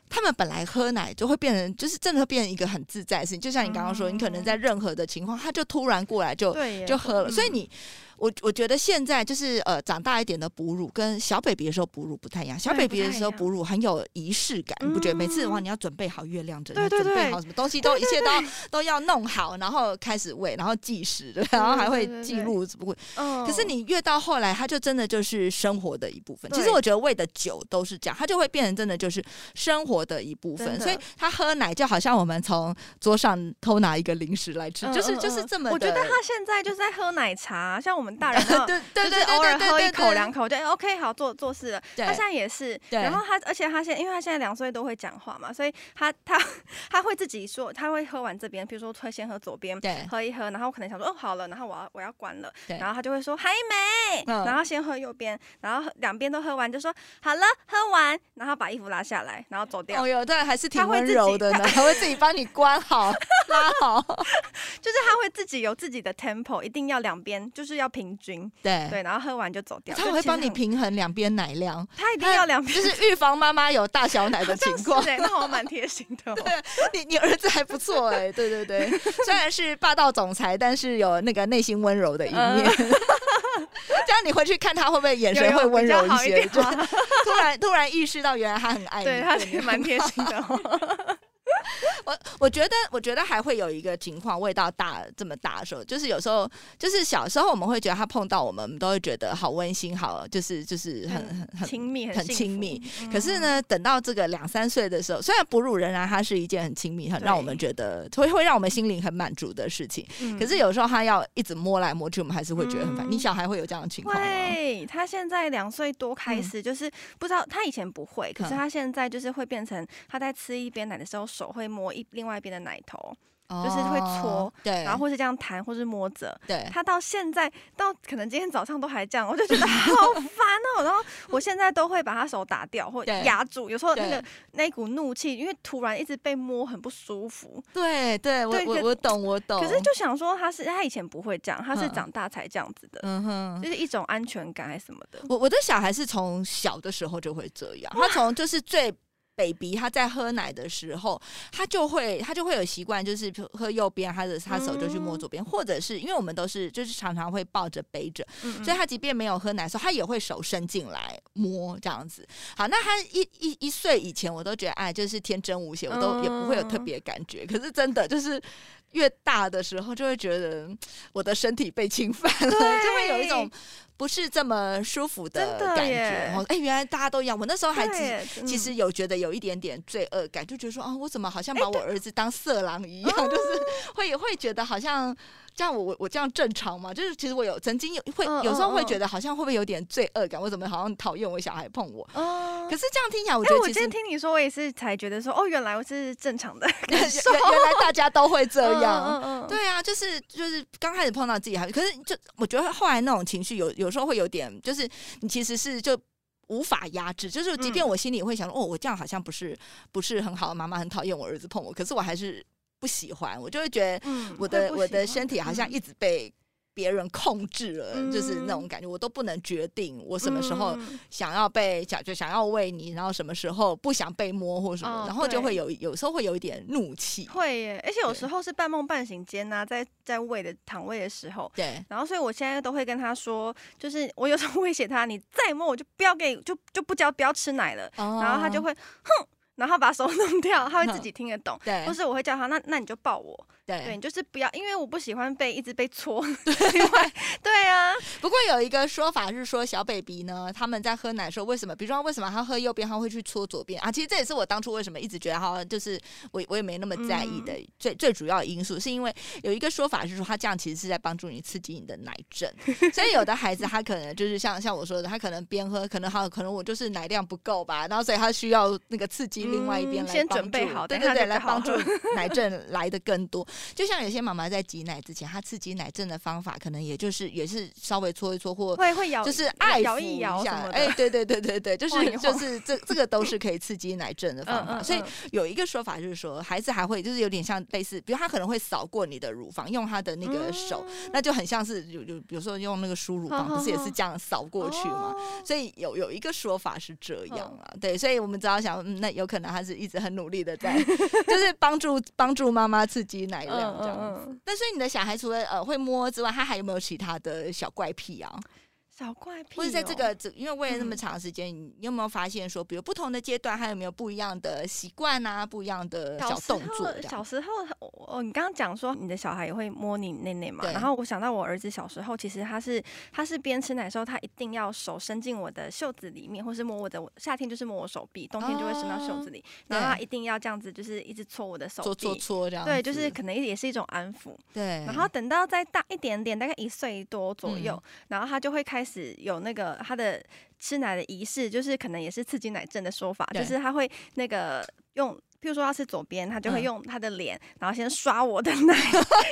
S1: 他们本来喝奶就会变成，就是真的会变成一个很自在的事情。就像你刚刚说，
S2: 嗯
S1: 你可能在任何的情况，他就突然过来 就
S2: 对耶，
S1: 就喝了。
S2: 嗯
S1: 所以你，我我觉得现在就是呃，长大一点的哺乳跟小 baby 的时候哺乳不太一样。小
S2: 对
S1: baby 的时候
S2: 不太一
S1: 哺
S2: 样
S1: 乳很有仪式感，你不觉得？每次
S2: 嗯
S1: 哇，你要准备好月亮枕，
S2: 对对
S1: 准备
S2: 对
S1: 好什么东西都一切都要都要弄好，然后开始喂，然后计时，对然后还会
S2: 对对对
S1: 记录。不过，
S2: 嗯
S1: 可是你越到后来，它就真的就是生活的一部分。
S2: 对
S1: 其实我觉得喂的酒都是这样，它就会变成真的就是生活的一部分。
S2: 真的
S1: 所以他喝奶就好像我们从桌上偷拿一个零食来吃，
S2: 嗯
S1: 就是
S2: 嗯
S1: 就是
S2: 嗯
S1: 这么的。
S2: 我觉得他现在就是在喝奶茶，像我们 大人
S1: 对
S2: 要
S1: 对对
S2: 嗯就
S1: 对
S2: 是偶尔
S1: 对
S2: 喝一
S1: 对
S2: 口
S1: 对
S2: 两口就哎 OK 好做做事了。
S1: 对
S2: 他现在也是，
S1: 对
S2: 然后他而且他现在因为他现在两岁都会讲话嘛，所以他 他他会自己说，他会喝完这边，比如说会先喝左边。
S1: 对
S2: 喝一喝，然后可能想说哦好了，然后我要我要关了，
S1: 对
S2: 然后他就会说还没，
S1: 嗯
S2: 然后先喝右边，然后喝两边都喝完就说好了喝完，然后把衣服拉下来，然后走掉，
S1: 哦哟，对，还是挺
S2: 他会
S1: 温
S2: 自己
S1: 柔的呢， 还会自己帮你关好、拉好。
S2: 就是他会自己有自己的 tempo，一定要两边就是要平均，
S1: 对，
S2: 对，然后喝完就走掉，
S1: 他
S2: 就
S1: 会
S2: 其实
S1: 帮你
S2: 很，
S1: 平衡两边奶 量，
S2: 他一定要两边
S1: 就，是预防妈妈有大小奶的情
S2: 像是
S1: 况。
S2: 欸那我蛮贴心的哦，
S1: 你你儿子还不错哎、对对对， 虽然是霸道总裁，但是有那个内心温柔的一面。 这样你回去看他会不会眼神
S2: 嗯有
S1: 会
S2: 有
S1: 温
S2: 比较
S1: 柔
S2: 好一
S1: 些？
S2: 点
S1: 就
S2: 啊
S1: 是突然突然意识到，原来他很爱你。
S2: 对他也蛮贴心的 哦。
S1: 我我觉得，我觉得还会有一个情况，味道大这么大的时候，就是有时候，就是小时候我们会觉得他碰到我们，我们都会觉得好温馨，好就是就是很很很
S2: 亲密，
S1: 很
S2: 幸
S1: 亲
S2: 福嗯
S1: 密。可是，呢，等到这个两三岁的时候，虽然哺乳仍然它是一件很亲密、很
S2: 对
S1: 让我们觉得会会让我们心灵很满足的事情，
S2: 嗯
S1: 可是有时候它要一直摸来摸去，我们还是会觉得很烦。
S2: 嗯
S1: 你小孩会有这样的情况吗？
S2: 会，他现在两岁多开
S1: 嗯
S2: 始，就是不知道他以前不会，可是
S1: 嗯
S2: 他现在就是会变成他在吃一边奶的时候，手会摸一另外一边的奶头，就是会
S1: 哦
S2: 搓，
S1: 对，
S2: 然后或是这样弹，或是摸着。
S1: 对。
S2: 他到现在到可能今天早上都还这样，我就 觉得好烦哦。然后我现在都会把他手打掉或
S1: 对
S2: 压住，有时候那
S1: 对
S2: 个那一股怒气，因为突然一直被摸很不舒服。
S1: 对对，我
S2: 对
S1: 我
S2: 可
S1: 我懂我懂。
S2: 可是就想说他是他以前不会这样，他是
S1: 嗯
S2: 长大才这样子的，
S1: 嗯哼，
S2: 就是一种安全感还是什么的。
S1: 我我的小孩是从小的时候就会这样，他从就是最 baby 他在喝奶的时候，他就会他就会有习惯，就是譬如喝右边，他的他手就去摸左边，或者是因为我们都是就是常常会抱着背着，
S2: 嗯
S1: 所以他即便没有喝奶的时候，他也会手伸进来摸这样子。好，那他一一一岁以前，我都觉得哎，就是天真无邪，我都也不会有特
S2: 嗯
S1: 别感觉。可是真的就是越大的时候，就会觉得嗯我的身体被侵犯 了，
S2: 对
S1: 就会有一种不是这么舒服的
S2: 真的
S1: 感觉
S2: 耶。
S1: 然后哎，原来大家都一样。我那时候还只。
S2: 对
S1: 其
S2: 嗯
S1: 实有觉得有一点点罪恶感，就觉得说啊，我怎么好像把我儿子当色狼一样，
S2: 哦
S1: 就是会会觉得好像这样我我我这样正常吗？就是其实我有曾经有会
S2: 嗯
S1: 有时候会
S2: 嗯嗯
S1: 觉得好像会不会有点罪恶感，我怎么好像讨厌我小孩碰我？
S2: 哦
S1: 可是这样听起来，我
S2: 哎、
S1: 觉得
S2: 我
S1: 其
S2: 今
S1: 实
S2: 天听你说，我也是才觉得说，哦，原来我是正常的
S1: 原
S2: 感受，
S1: 原原来大家都会这样。
S2: 嗯，嗯，
S1: 对啊，就是就是刚开始碰到自己还，可是就我觉得后来那种情绪有有时候会有点，就是你其实是就。无法压制，就是即便
S2: 嗯
S1: 我心里会想说，哦，我这样好像不是不是很好，妈妈很讨厌我儿子碰我，可是我还是不喜欢，我就会觉得
S2: 嗯
S1: 我的我的身体好像一直被别人控制了，
S2: 嗯
S1: 就是那种感觉，我都不能决定我什么时候
S2: 嗯
S1: 想要被想就想要喂你，然后什么时候不想被摸或什么，
S2: 哦
S1: 然后就
S2: 对
S1: 会有有时候会有一点怒气，
S2: 会耶，而且有
S1: 对
S2: 时候是半梦半醒间呐、在在喂的躺喂的时候。
S1: 对
S2: 然后，所以我现在都会跟他说，就是我有时候威胁他，你再摸我就不要给，就就不教不要吃奶了。然后他就
S1: 哦
S2: 会哼，然后把手弄掉，他会自
S1: 嗯
S2: 己听得懂。
S1: 对
S2: 或是我会叫他，那那你就抱我，对，
S1: 对
S2: 你就是不要，因为我不喜欢被一直被戳。另外，对啊，
S1: 不过有一个说法是说，小 baby 呢，他们在喝奶的时候，为什么？比如说为什么他喝右边，他会去搓左边啊？其实这也是我当初为什么一直觉得他就是我我也没那么在意的、
S2: 嗯
S1: 最最主要的因素，是因为有一个说法是说，他这样其实是在帮助你刺激你的奶 症。所以有的孩子他可能就是像像我说的，他可能边喝，可能好，可能我就是奶量不够吧，然后所以他需要那个刺激另外一边
S2: 嗯
S1: 来
S2: 先
S1: 帮
S2: 准备
S1: 助
S2: 好
S1: 对
S2: 等
S1: 对
S2: 一下
S1: 对，
S2: 就
S1: 来
S2: 好
S1: 帮助
S2: 喝
S1: 奶症来的更多。就像有些妈妈在挤奶之前，她刺激奶症的方法，可能也就是也是稍微搓一搓或。
S2: 会会摇，
S1: 就是爱
S2: 摇
S1: 抚
S2: 一
S1: 下
S2: 摇什么的。
S1: 哎、对对对对对， 就是
S2: 晃一
S1: 就
S2: 晃
S1: 是这这个都是可以刺激奶 症的
S2: 嗯
S1: 方法，所以有一个说法就是说，孩子还会就是有点像类似，比如他可能会扫过你的乳房，用他的那个手，
S2: 嗯
S1: 那就很像是有有有时候用那个输乳棒，
S2: 好好
S1: 不是也是这样扫过去吗？
S2: 哦
S1: 所以有有一个说法是这样
S2: 嗯
S1: 啊，对，所以我们只要想，嗯那有可可能他是一直很努力的在，就是帮助帮助妈妈刺激奶量这样子。
S2: 嗯，
S1: 那所以你的小孩除了呃会摸之外，他还有没有其他的小怪癖啊？
S2: 小怪癖、哦，
S1: 或者在这个这，因为喂了那么
S2: 嗯
S1: 长时间，你你有没有发现说，比如不同的阶段，他有没有不一样的习惯啊，不一样的
S2: 小时
S1: 动作
S2: 候
S1: 这
S2: 小
S1: 样？
S2: 时候，哦，你刚刚讲说你的小孩也会摸你内内嘛？
S1: 对
S2: 然后我想到我儿子小时候，其实他是他是边吃奶的时候，他一定要手伸进我的袖子里面，或是摸我的夏天就是摸我手臂，冬天就会伸到袖子里，然后他
S1: 哦对
S2: 一定要这样子，就是一直搓我的手
S1: 搓
S2: 臂。
S1: 搓搓这样子，
S2: 对，就是可能也是一种安抚。
S1: 对，
S2: 然后等到再大一点点，大概一岁多左右，
S1: 嗯
S2: 然后他就会开始有那个他的吃奶的仪式，就是可能也是刺激奶症的说法，就
S1: 对
S2: 是他会那个用。譬如说他吃左边，他就会
S1: 嗯
S2: 用他的脸，然后先刷我的 奶，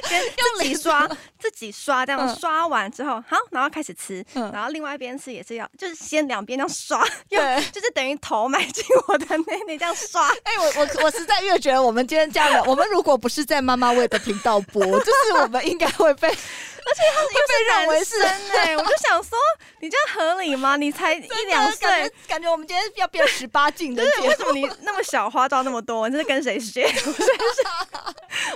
S2: 先自己
S1: 脸
S2: 刷，自己刷，这样
S1: 嗯
S2: 刷完之后，好，然后开始吃，
S1: 嗯
S2: 然后另外一边吃也是要，就是先两边这样刷，
S1: 对，
S2: 就是等于头埋进我的内内这样刷，
S1: 哎、我我我实在越觉得我们今天这样的，我们如果不是在妈妈味的频道播，就是我们应该会被，而且会被认为是
S2: 男生哎、我就想说，你这样合理吗？你才一两岁，
S1: 感觉感觉我们今天要变十八禁的
S2: 就是
S1: 节
S2: 为
S1: 目。
S2: 什么你那么小花招那么多？ 你这是跟谁学？我真是，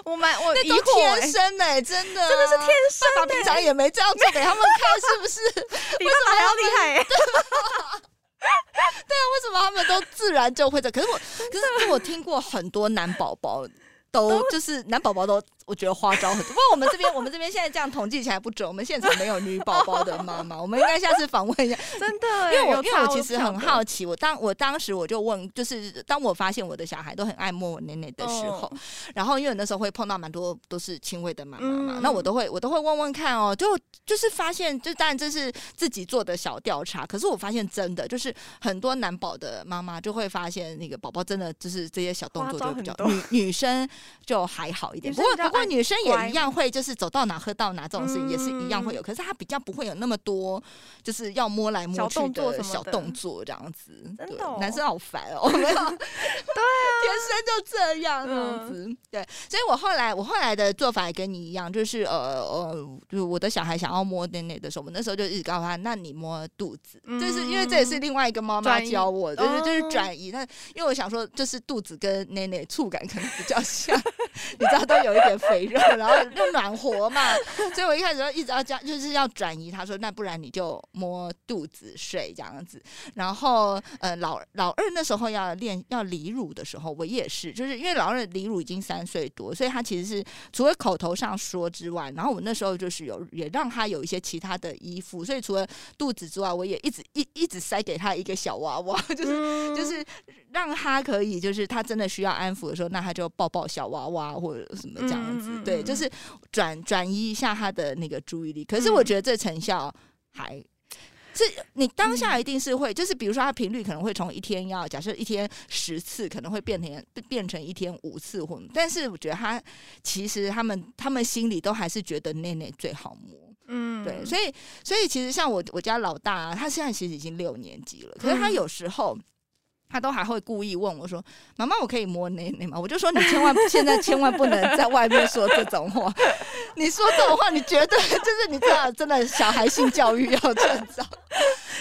S2: 我蛮 我疑
S1: 都
S2: 惑、欸，
S1: 天生哎、真的、
S2: 真的是天生
S1: 欸爸爸平常也没这样做给他们看，是 不是？对
S2: 比爸爸还要厉害、欸。
S1: 啊，为什么他们都自然就会这？可是我，可是我听过很多男宝宝都就是男宝宝都，我觉得花招很多。不过我们这边，我们这边现在这样统计起来不准，我们现场没有女宝宝的妈妈，我们应该下次访问一下。
S2: 真的欸、
S1: 因为我
S2: 有
S1: 因
S2: 差
S1: 为我
S2: 都
S1: 其
S2: 不
S1: 实
S2: 晓
S1: 很
S2: 得
S1: 好奇，我当我当时我就问，就是当我发现我的小孩都很爱摸我奶奶的时
S2: 哦
S1: 候，然后因为我那时候会碰到蛮多都是亲喂的妈妈嘛，
S2: 嗯
S1: 那我都会我都会问问看哦，就就是发现，就当然这是自己做的小调查，可是我发现真的就是很多男宝的妈妈就会发现那个宝宝真的就是这些小动作
S2: 花
S1: 就
S2: 招
S1: 比较
S2: 很多
S1: 女女生就还好一点，
S2: 女
S1: 不
S2: 生
S1: 过
S2: 比较
S1: 不过
S2: 爱
S1: 女生也
S2: 乖
S1: 一样会就是走到哪喝到哪这种事情也是一样会有，
S2: 嗯
S1: 可是她比较不会有那么多。就是要摸来摸去的小
S2: 小动作什么的
S1: 动作这样子。
S2: 真
S1: 对
S2: 的哦啊
S1: 男生好烦哦， 对啊，天生就这样这样子。
S2: 嗯
S1: 对，所以我后来我后来的做法也跟你一样，就是呃呃，就是我的小孩想要摸奶奶的时候，我那时候就一直告诉他，那你摸肚子，
S2: 嗯
S1: 就是因为这也是另外一个妈妈
S2: 转移
S1: 教我，就是就是
S2: 哦
S1: 转移。那因为我想说，就是肚子跟奶奶触感可能比较像。 你知道都有一点肥肉，然后又暖和嘛，所以我一开始就一直要这样，就是要转移。他说：“那不然你就摸肚子睡这样子。”然后呃，老老二那时候要练要离乳的时候，我也是，就是因为老二离乳已经三岁多，所以他其实是除了口头上说之外，然后我那时候就是有也让他有一些其他的衣服，所以除了肚子之外，我也一直一一直塞给他一个小娃娃， 就是
S2: 嗯
S1: 就是让他可以，就是他真的需要安抚的时候，那他就抱抱小娃娃或者什么这样子，
S2: 嗯嗯嗯
S1: 对，
S2: 嗯
S1: 就是转转移一下他的那个注意力。可是我觉得这成效还。是你当下一定是会，就是比如说，他频率可能会从一天要假设一天十次，可能会变成变成一天五次或，但是我觉得他其实他们他们心里都还是觉得内内最好摸，
S2: 嗯
S1: 对，所以所以其实像我我家老大、啊，他现在其实已经六年级了，可是
S2: 嗯
S1: 他有时候。他都还会故意问我说：“妈妈，我可以摸内内吗？”我就说：“你千万现在千万不能在外面说这种话， 你说这种话，你绝对就是你知道，真的小孩性教育要趁早。”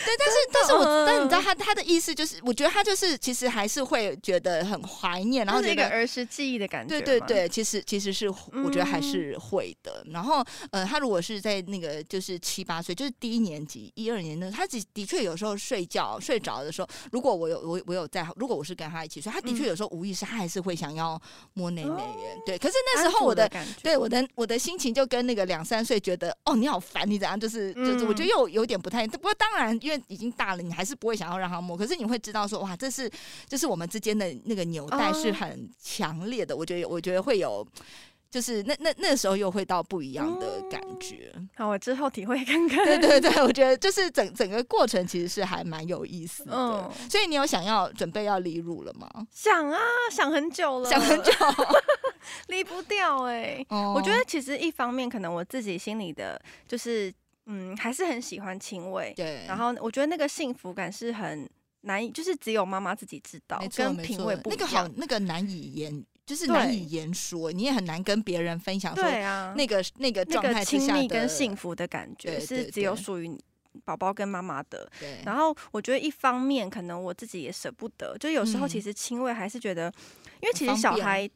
S1: 对，但是但是我但你
S2: 嗯
S1: 知道他他的意思就是，我觉得他就是其实还是会觉得很怀念，然后
S2: 就是
S1: 觉
S2: 一个
S1: 得
S2: 儿时记忆的感觉
S1: 对
S2: 嘛，
S1: 对对，其实其实是我觉得还
S2: 嗯
S1: 是会的。然后呃，他如果是在那个就是七八岁，就是低年级一二年的，他的的确有时候睡觉睡着的时候，如果我有我我有在，如果我是跟他一起睡，他的
S2: 嗯
S1: 确有时候无意识他还是会想要摸奶奶
S2: 哦
S1: 耶。对，可是那时
S2: 安
S1: 候
S2: 抚
S1: 我的
S2: 感觉，
S1: 对我的我的心情就跟那个两三岁觉得哦你好烦你怎样就是就是我觉得
S2: 嗯
S1: 又有点不太不过当然因为已经大了你还是不会想要让他摸，可是你会知道说哇这是就是我们之间的那个纽带是
S2: 哦
S1: 很强烈的，我觉得有我觉得会有就是那那那时候又会到不一样的感
S2: 哦
S1: 觉，
S2: 好，我之后体会看看。
S1: 对对对，我觉得就是整整个过程其实是还蛮有意思的。
S2: 嗯，
S1: 所以你有想要准备要离乳了吗？
S2: 想啊，想很久了，
S1: 想很久，
S2: 离不掉哎、
S1: 哦
S2: 我觉得其实一方面可能我自己心里的就是，嗯，还是很喜欢亲喂，
S1: 对，
S2: 然后我觉得那个幸福感是很难以，就是只有妈妈自己知道
S1: 没，错
S2: 哦跟
S1: 没
S2: 品
S1: 错
S2: 味不一
S1: 那
S2: 样。
S1: 个好，那个难以言，就是难
S2: 对
S1: 以言说，你也很难跟别人分享说
S2: 对啊，
S1: 那个那个
S2: 那
S1: 状态
S2: 个
S1: 之
S2: 亲
S1: 下
S2: 密
S1: 的
S2: 跟幸福的感觉
S1: 对对
S2: 是只有
S1: 对
S2: 属于宝宝跟妈妈的。
S1: 对，
S2: 然后我觉得一方面可能我自己也舍不得，就有时候
S1: 嗯
S2: 其实亲喂还是觉得，因为其实
S1: 很
S2: 小
S1: 方便啊
S2: 孩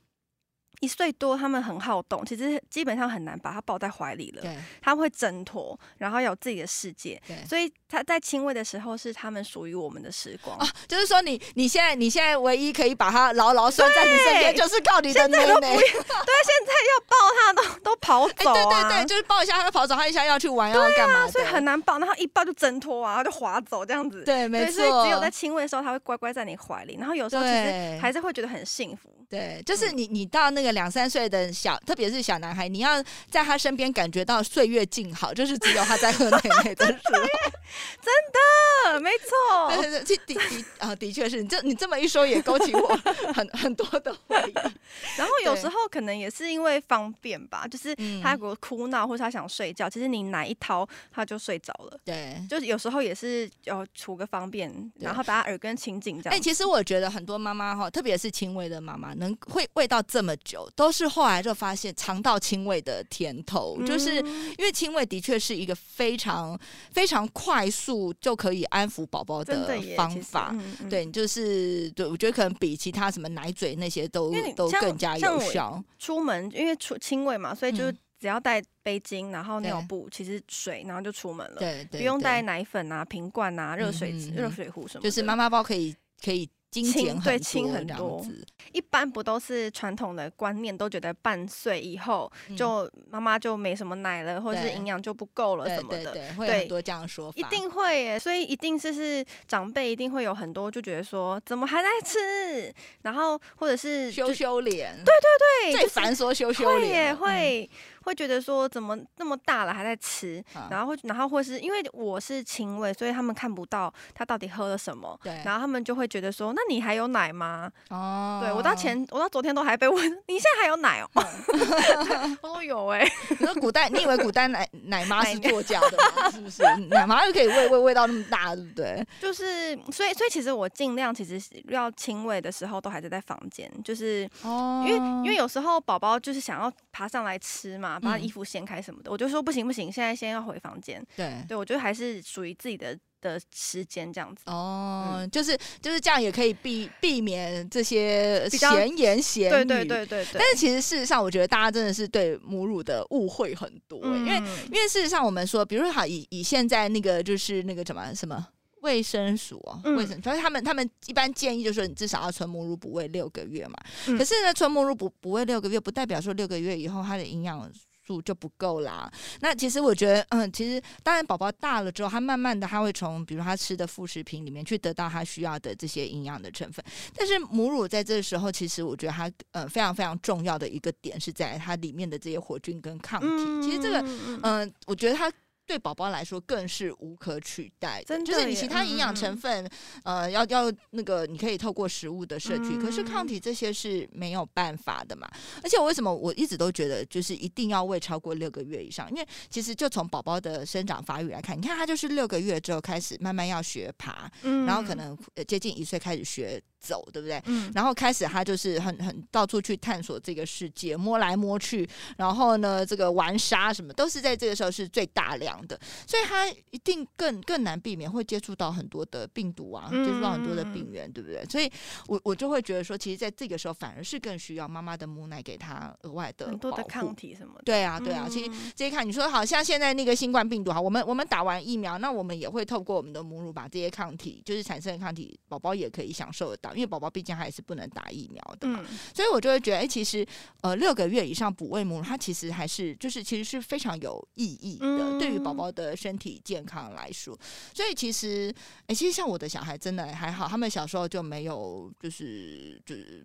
S2: 一岁多，他们很好动，其实基本上很难把他抱在怀里了，
S1: 对
S2: 他们会挣脱，然后有自己的世界。
S1: 对。
S2: 所以他在亲喂的时候是他们属于我们的时光。
S1: 哦就是说你，你现在你现在唯一可以把它牢牢拴在你身边，
S2: 对
S1: 就是靠你的妹
S2: 都
S1: 妹。
S2: 对，现在要抱他都都跑
S1: 哎、
S2: 走、啊啊
S1: 对对对，就是抱一下他就跑走，他一下要去玩，要干嘛的？
S2: 所以很难抱，然后一抱就挣脱啊，然后就滑走这样子。
S1: 对，没
S2: 对，
S1: 错。
S2: 所以只有在亲喂的时候，他会乖乖在你怀里，然后有时候其实
S1: 对
S2: 还是会觉得很 幸福。
S1: 对，
S2: 嗯
S1: 就是你，你到那个两三岁的小，特别是小男孩，你要在他身边感觉到岁月静好，就是只有他在喝奶奶的时 候。
S2: 呃，没错，
S1: 对对对，这的的啊，的确是你这你这么一说，也勾起我很很多的回忆。
S2: 然后有
S1: 对
S2: 时候可能也是因为方便吧，就是
S1: 嗯
S2: 他如果哭闹或是他想睡觉，其实你奶一掏他就睡着了。
S1: 对。
S2: 就是有时候也是要图个方便，
S1: 对
S2: 然后把他耳根清净这
S1: 哎、
S2: 样。
S1: 其实我觉得很多妈妈哈，特别是亲喂的妈妈，能会喂到这么久，都是后来就发现尝到亲喂的甜头，就是
S2: 嗯
S1: 因为亲喂的确是一个非常非常快速就可以安抚宝宝
S2: 真的耶
S1: 方
S2: 其实
S1: 法。
S2: 嗯嗯
S1: 对，就是对，我觉得可能比其他什么奶嘴那些都
S2: 因为你
S1: 都
S2: 像
S1: 更加
S2: 像
S1: 有
S2: 我
S1: 效。
S2: 出门，因为出亲喂嘛，所以就是
S1: 嗯
S2: 只要带背巾，然后
S1: 对
S2: 尿布，其实水，然后就出门了，
S1: 对，
S2: 不
S1: 对
S2: 用
S1: 对
S2: 带奶粉啊、瓶罐啊、热水
S1: 嗯嗯嗯
S2: 热水壶什么的。
S1: 就是妈妈包可以可以精
S2: 轻
S1: 简
S2: 对
S1: 很
S2: 轻
S1: 多
S2: 很
S1: 这样
S2: 多
S1: 子。
S2: 一般不都是传统的观念，都觉得半岁以后
S1: 嗯
S2: 就妈妈就没什么奶了，或者是
S1: 对
S2: 营养就不够了
S1: 对
S2: 什么
S1: 对
S2: 的。
S1: 对，会有很
S2: 对
S1: 多这样的说法，
S2: 一定会耶，所以一定是是长辈一定会有很多就觉得说怎么还在吃，然后或者是
S1: 羞
S2: 就
S1: 羞脸，
S2: 对，
S1: 最
S2: 就是
S1: 烦说羞羞
S2: 会
S1: 脸
S2: 耶
S1: 了，嗯
S2: 会、会觉得说怎么那么大了还在吃，
S1: 嗯
S2: 然后会然后或是因为我是亲喂，所以他们看不到他到底喝了什么。
S1: 对，
S2: 然后他们就会觉得说：“那你还有奶吗？”
S1: 哦，
S2: 对我到前，我到昨天都还被问：“你现在还有奶哦？” 对我说：“有哎、
S1: 你说哦古代，你以为古代奶奶妈
S2: 奶
S1: 是
S2: 娘
S1: 作假的吗？是不是？奶妈就可以喂喂喂到那么大，对不对？
S2: 就是所以所以其实我尽量，其实要亲喂的时候都还是在房间，就是
S1: 哦
S2: 因为因为有时候宝宝就是想要爬上来吃嘛，把他
S1: 嗯
S2: 衣服掀开什么的，我就说不行不行，现在先要回房间。
S1: 对。
S2: 对，我觉得还是属于自己的的时间这样子。
S1: 哦，
S2: 嗯
S1: 就是就是这样，也可以避避免这些
S2: 比较
S1: 闲言闲语。
S2: 对对对对对
S1: 但，是其实事实上，我觉得大家真的是对母乳的误会很多、因为
S2: 嗯
S1: 因为事实上，我们说，比如说好，以以现在那个就是那个什么什么。卫生署哦，
S2: 嗯
S1: 卫生，反正他们他们一般建议就是说，你至少要纯母乳哺喂六个月嘛。
S2: 嗯
S1: 可是呢，纯母乳哺哺喂六个月，不代表说六个月以后它的营养素就不够啦。那其实我觉得，嗯，其实当然宝宝大了之后，他慢慢的他会从比如他吃的副食品里面去得到他需要的这些营养的成分。但是母乳在这时候，其实我觉得它呃非常非常重要的一个点是在它里面的这些活菌跟抗体。其实这个
S2: 嗯嗯嗯
S1: 嗯、我觉得它对宝宝来说更是无可取代
S2: 真的
S1: 就是你
S2: 耶
S1: 其他营养
S2: 嗯嗯
S1: 成分，呃，要要那个你可以透过食物的摄取，可是抗
S2: 嗯
S1: 体这些是没有办法的嘛。而且我为什么我一直都觉得就是一定要喂超过六个月以上？因为其实就从宝宝的生长发育来看，你看他就是六个月之后开始慢慢要学爬，
S2: 嗯
S1: 然后可能呃接近一岁开始学走，对不对？
S2: 嗯
S1: 然后开始他就是很很到处去探索这个世界，摸来摸去，然后呢，这个玩沙什么都是在这个时候是最大量的，所以他一定更更难避免会接触到很多的病毒啊，接触到很多的
S2: 嗯
S1: 病源，对不对？所以我我就会觉得说，其实在这个时候反而是更需要妈妈的母奶给他额外的
S2: 很多的
S1: 保护
S2: 抗体什么的。
S1: 对啊，对啊，其实
S2: 嗯
S1: 这一看，你说好像现在那个新冠病毒哈，我们我们打完疫苗，那我们也会透过我们的母乳把这些抗体，就是产生的抗体，宝宝也可以享受得到，因为宝宝毕竟还是不能打疫苗的嘛。
S2: 嗯，
S1: 所以我就会觉得，哎、其实呃六个月以上哺喂母乳，它其实还是就是其实是非常有意义的，
S2: 嗯
S1: 对于宝宝的身体健康来说。所以其实，哎、其实像我的小孩真的还好，他们小时候就没有就是就是。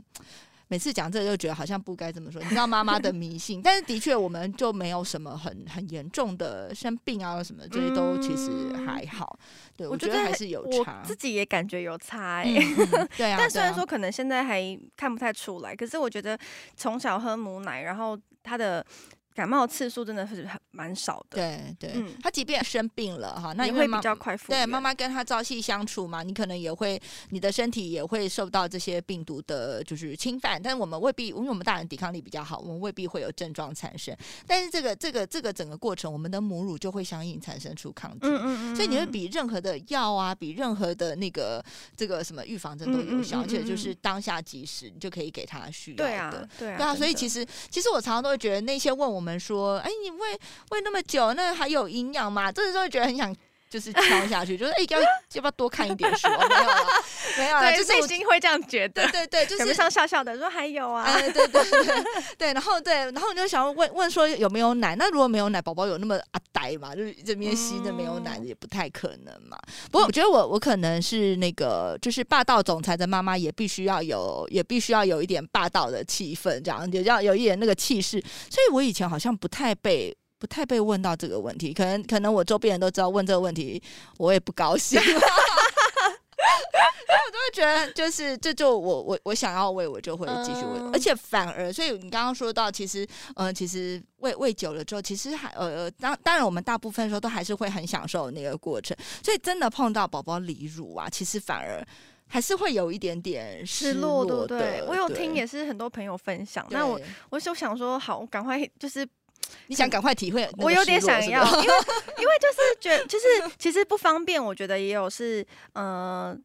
S1: 每次讲这个就觉得好像不该这么说，你知道妈妈的迷信，但是的确我们就没有什么很很严重的生病啊什么，这些都其实还好。对，我
S2: 嗯我
S1: 觉
S2: 觉
S1: 得
S2: 得
S1: 还是有差
S2: 我。自己也感觉有差哎、
S1: 嗯嗯对啊，
S2: 但虽然
S1: 对
S2: 说
S1: 啊
S2: 可能现在还看不太出来，可是我觉得从小喝母奶，然后它的感冒次数真的是很蛮少的，
S1: 对对
S2: 嗯，
S1: 他即便生病了哈，那
S2: 也
S1: 因
S2: 会
S1: 为
S2: 比
S1: 妈
S2: 较快复原。
S1: 对妈妈跟他朝夕相处嘛，你可能也会，你的身体也会受到这些病毒的，就是侵犯。但是我们未必，因为我们大人抵抗力比较好，我们未必会有症状产生。但是这个这个这个整个过程，我们的母乳就会相应产生出抗体。
S2: 嗯，嗯嗯嗯，
S1: 所以你会比任何的药啊，比任何的那个这个什么预防针都有效，
S2: 嗯嗯嗯嗯
S1: 而且就是当下及时，你就可以给他需要的。
S2: 对啊对啊，
S1: 对啊，所以
S2: 真的
S1: 其实其实我常常都会觉得那些问我们说，哎，你喂喂那么久，那还有营养吗？真的都会觉得很想就是敲下去，就是哎要要不要多看一点书？哦没有了，没有了，啊就
S2: 对
S1: 是
S2: 内
S1: 我
S2: 心会这样觉得
S1: 对，对对，就
S2: 感
S1: 是
S2: 觉上笑笑的说还有啊，
S1: 哎，对对对 对，然后对，然后你就想问问说有没有奶？那如果没有奶，宝宝有那么阿呆嘛？就是这边吸着没有奶的也不太可能嘛。不过我觉得我我可能是那个就是霸道总裁的妈妈，也必须要有也必须要有一点霸道的气氛，这样也要有一点那个气势。所以我以前好像不太被。不太被问到这个问题，可能可能我周边人都知道问这个问题，我也不高 兴。我觉得就是这就我我我想要喂，我就会继续喂，
S2: 嗯
S1: 而且反而，所以你刚刚说到，其实呃，其实喂喂久了之后，其实还呃呃，当当然我们大部分时候都还是会很享受那个过程，所以真的碰到宝宝离乳啊，其实反而还是会有一点点
S2: 失
S1: 落
S2: 落对不
S1: 的
S2: 对？我有听，
S1: 对
S2: 也是很多朋友分享，那我
S1: 对
S2: 我就想说好，我赶快就是
S1: 你想赶快体会那个失落，
S2: 我有点想
S1: 是不
S2: 要，
S1: 是
S2: 因为因为就是觉就是 其实不方便，我觉得也有是呃，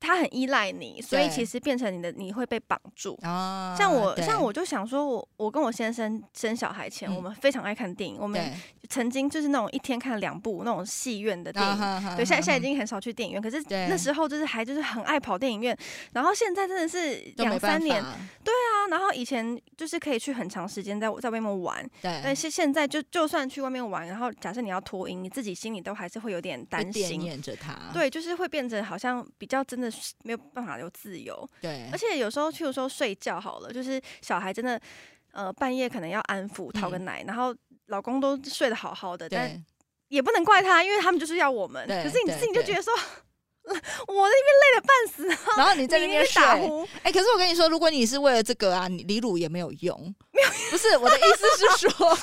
S2: 他很依赖你，所以
S1: 对
S2: 其实变成你的你会被绑住。
S1: 啊，
S2: 像我
S1: 对
S2: 像我就想说我，我跟我先生生小孩前，
S1: 嗯
S2: 我们非常爱看电影，我们
S1: 对，
S2: 曾经就是那种一天看两部那种戏院的电影。
S1: 影
S2: 对，现在现在已经很少去电影院，可是
S1: 啊对
S2: 那时候就是还就是很爱跑电影院，然后现在真的是两三年，
S1: 都没办法
S2: 啊，然后以前就是可以去很长时间在在外面玩，但
S1: 对，
S2: 是现在就就算去外面玩，然后假设你要脱音，你自己心里都还是会有点
S1: 会
S2: 担
S1: 惦
S2: 心。
S1: 念着啊他，
S2: 对，就是会变成好像比较真的是没有办法有自由，
S1: 对
S2: 而，且有时候，譬如说睡觉好了，就是小孩真的，呃，半夜可能要安抚讨个
S1: 嗯
S2: 奶，然后老公都睡得好好的，但
S1: 对
S2: 也不能怪他，因为他们就是要我们。
S1: 对
S2: 可是你
S1: 对
S2: 自己就
S1: 对
S2: 觉得说， 我那边累得半死，
S1: 然后你在
S2: 你
S1: 那
S2: 那
S1: 边
S2: 边打
S1: 睡
S2: 呼，
S1: 哎、可是我跟你说，如果你是为了这个啊，你离乳也没有用。没有，不是我的意思是说，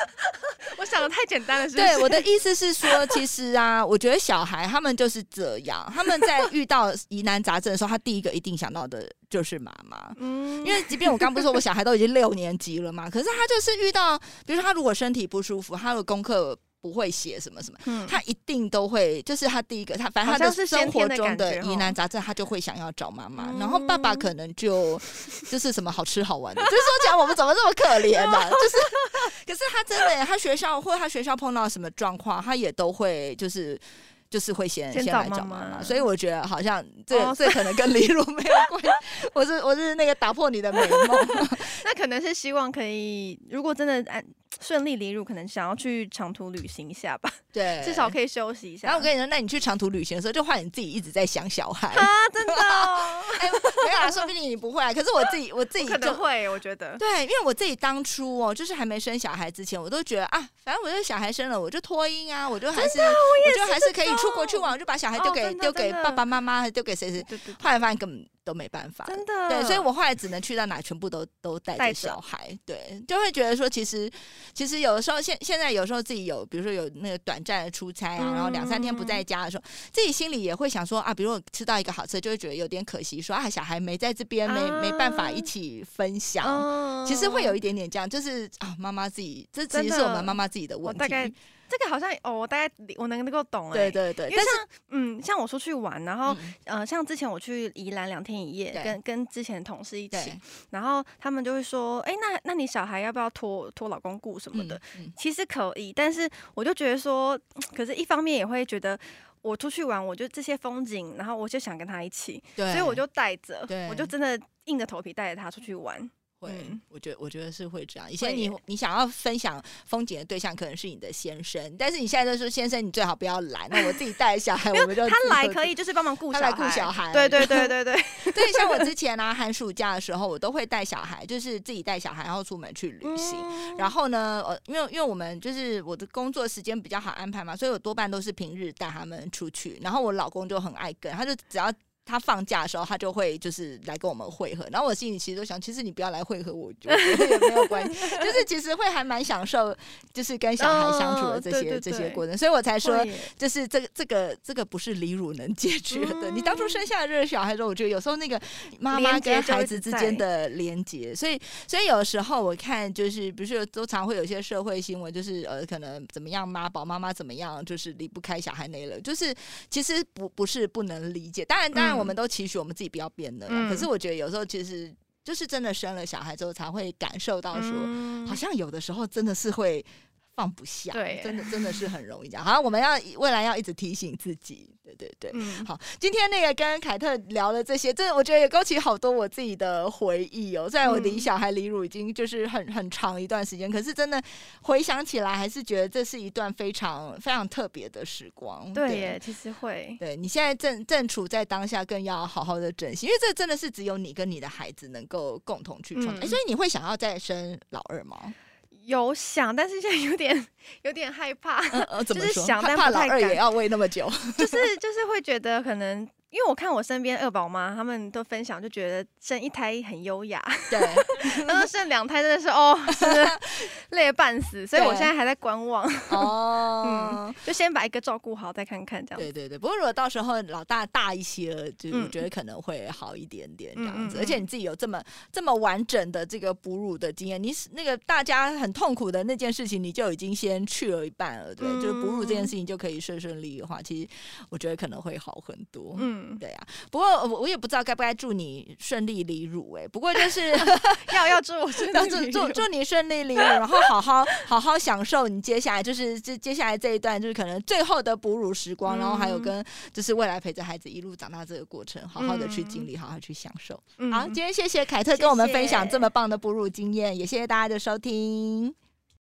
S2: 我想的太简单了，是不是？
S1: 对我的意思是说，其实啊，我觉得小孩他们就是这样，他们在遇到疑难杂症的时候，他第一个一定想到的就是妈妈。
S2: 嗯，
S1: 因为即便我刚不是说我小孩都已经六年级了嘛，可是他就是遇到，比如说他如果身体不舒服，他的功课不会写什么什么。
S2: 嗯
S1: 他一定都会，就是他第一个，他反正
S2: 好
S1: 他的
S2: 像是
S1: 生
S2: 先
S1: 活
S2: 天的
S1: 中
S2: 感
S1: 的
S2: 觉
S1: 疑
S2: 哦
S1: 难杂症，他就会想要找妈妈。
S2: 嗯
S1: 然后爸爸可能就就是什么好吃好玩的，就是说起来我们怎么这么可怜呢、就是，可是他真的，他学校或者他学校碰到什么状况，他也都会就是。就是会先
S2: 先找
S1: 来找
S2: 妈
S1: 妈妈，
S2: 妈
S1: 所以我觉得好像这、
S2: 哦
S1: 这可能跟李璐没有关系。我是我是那个打破你的美梦，
S2: 那可能是希望可以，如果真的按顺利离乳，可能想要去长途旅行一下吧，
S1: 对，
S2: 至少可以休息一下。
S1: 然后我跟你说，那你去长途旅行的时候，就换你自己一直在想小 孩。
S2: 啊，真 的、哦，
S1: 哎，没有啦，说不定你不会啊。可是我自己，我自己
S2: 我可
S1: 就
S2: 能会，我觉得。
S1: 对，因为我自己当初哦，就是还没生小孩之前，我都觉得啊，反正我这小孩生了，我就脱音啊，我就还是，我就还是可以出国去玩，我就把小孩丢
S2: 哦
S1: 给
S2: 真的
S1: 丢给
S2: 真的
S1: 爸爸妈妈，还丢给谁谁。
S2: 对对对，
S1: 后来发现根本都没办法，
S2: 真的。
S1: 对，所以我后来只能去到哪，全部都都带
S2: 嗯带
S1: 着
S2: 着
S1: 小孩，对，就会觉得说，其实其实有的时候现现在有时候自己有，比如说有那个短暂的出差
S2: 嗯
S1: 啊，然后两三天不在家的时候，自己心里也会想说啊，比如我吃到一个好吃的，就会觉得有点可惜，说啊，小孩没在这边，没没办法一
S2: 啊
S1: 起分享。
S2: 嗯
S1: 其实会有一点点这样，就是啊，妈妈自己，这其
S2: 真
S1: 实是我
S2: 的
S1: 们妈妈自己的
S2: 我
S1: 问题。
S2: 大概这个好像哦，我大概我能能够懂哎、
S1: 对对对，
S2: 因为
S1: 但
S2: 像
S1: 是
S2: 嗯，像我出去玩，然后、
S1: 嗯
S2: 呃，像之前我去宜兰两天一夜，
S1: 对
S2: 跟跟之前的同事一起
S1: 对，
S2: 然后他们就会说，哎、那那你小孩要不要托托老公雇什么的？
S1: 嗯嗯
S2: 其实可以，但是我就觉得说，可是一方面也会觉得我出去玩，我就这些风景，然后我就想跟他一起，
S1: 对，
S2: 所以我就带着
S1: 对，
S2: 我就真的硬着头皮带着他出去 玩。
S1: 会，
S2: 嗯
S1: 我觉得我觉得是会这样。以前你
S2: 耶
S1: 你想要分享风景的对象可能是你的先生，但是你现在就说先生你最好不要来，那我自己带小 孩，我们就
S2: 他
S1: 自己
S2: 来
S1: 会
S2: 可以就是帮忙顾
S1: 他
S2: 小
S1: 来
S2: 孩，
S1: 顾小孩
S2: 对对对 对对，
S1: 对，像我之前啊，寒暑假的时候，我都会带小孩，就是自己带小孩，然后出门去旅行。
S2: 嗯
S1: 然后呢，呃，因为因为我们就是我的工作时间比较好安排嘛，所以我多半都是平日带他们出去。然后我老公就很爱跟，他就只要他放假的时候，他就会就是来跟我们会合。然后我心里其实都想，其实你不要来会合我，我觉得也没有关系。 就是其实会还蛮享受，就是跟小孩相处的这些、
S2: 哦对对
S1: 这些
S2: 对
S1: 过程，所以我才说
S2: 会耶，
S1: 就是这个这个这个不是离乳能解决的。
S2: 嗯
S1: 你当初生下了这个小孩之后，我觉得有时候那个妈妈
S2: 连接
S1: 跟
S2: 就
S1: 孩
S2: 一
S1: 子
S2: 直
S1: 之
S2: 在
S1: 间的连接，所以所以有时候我看就是，比如说都常会有一些社会新闻，就是呃，可能怎么样妈宝妈妈怎么样，就是离不开小孩那一类，就是其实不不是不能理解。当然，当然，
S2: 嗯
S1: 我们都期许我们自己不要变那样，
S2: 嗯
S1: 可是我觉得有时候其实就是真的生了小孩之后，才会感受到说，
S2: 嗯
S1: 好像有的时候真的是会放不下，
S2: 对
S1: 真的真的是很容易这样。好，我们要未来要一直提醒自己，对对对。
S2: 嗯
S1: 好，今天那个跟凯特聊了这些，真的我觉得也勾起好多我自己的回忆哦。虽然我离
S2: 嗯
S1: 小孩离乳已经就是很很长一段时间，可是真的回想起来，还是觉得这是一段非常非常特别的时光。
S2: 对耶，其实会，
S1: 对你现在正正处在当下，更要好好的珍惜，因为这真的是只有你跟你的孩子能够共同去创造、
S2: 嗯
S1: 诶所以你会想要再生老二吗？
S2: 有想，但是现在有点有点害 怕，
S1: 呃呃，怎么
S2: 就是
S1: 说？
S2: 想
S1: 害
S2: 但
S1: 怕
S2: 不
S1: 老
S2: 太
S1: 二也
S2: 敢
S1: 要喂那么久，
S2: 就是就是会觉得可能，因为我看我身边二宝妈他们都分享，就觉得生一胎很优雅，
S1: 对，
S2: 然后生两胎真的是哦，真的累得半死， 所以我
S1: 对
S2: 现在还在观望，
S1: 哦。
S2: 就先把一个照顾好再看看这样。
S1: 对对对，不过如果到时候老大大一些了，就我
S2: 嗯
S1: 觉得可能会好一点点这样子。
S2: 嗯嗯嗯
S1: 而且你自己有这么这么完整的这个哺乳的经验，你是那个大家很痛苦的那件事情，你就已经先去了一半了，对，就是哺乳这件
S2: 嗯
S1: 事情就可以顺顺利利的话，其实我觉得可能会好很多。
S2: 嗯，
S1: 对啊，不过我我也不知道该不该祝你顺利离乳哎、不过就是
S2: 要要祝我 生
S1: 要
S2: 日
S1: 祝
S2: 礼
S1: 祝
S2: 物
S1: 祝你顺利离乳，然后好好好好享受你接下来就是这接下来这一段就是可能最后的哺乳时光，
S2: 嗯
S1: 然后还有跟就是未来陪着孩子一路长大这个过程，好好的去经历，好好去享受。
S2: 嗯
S1: 好，今天谢谢凯特跟我们
S2: 谢谢
S1: 分享这么棒的哺乳经验，也谢谢大家的收听，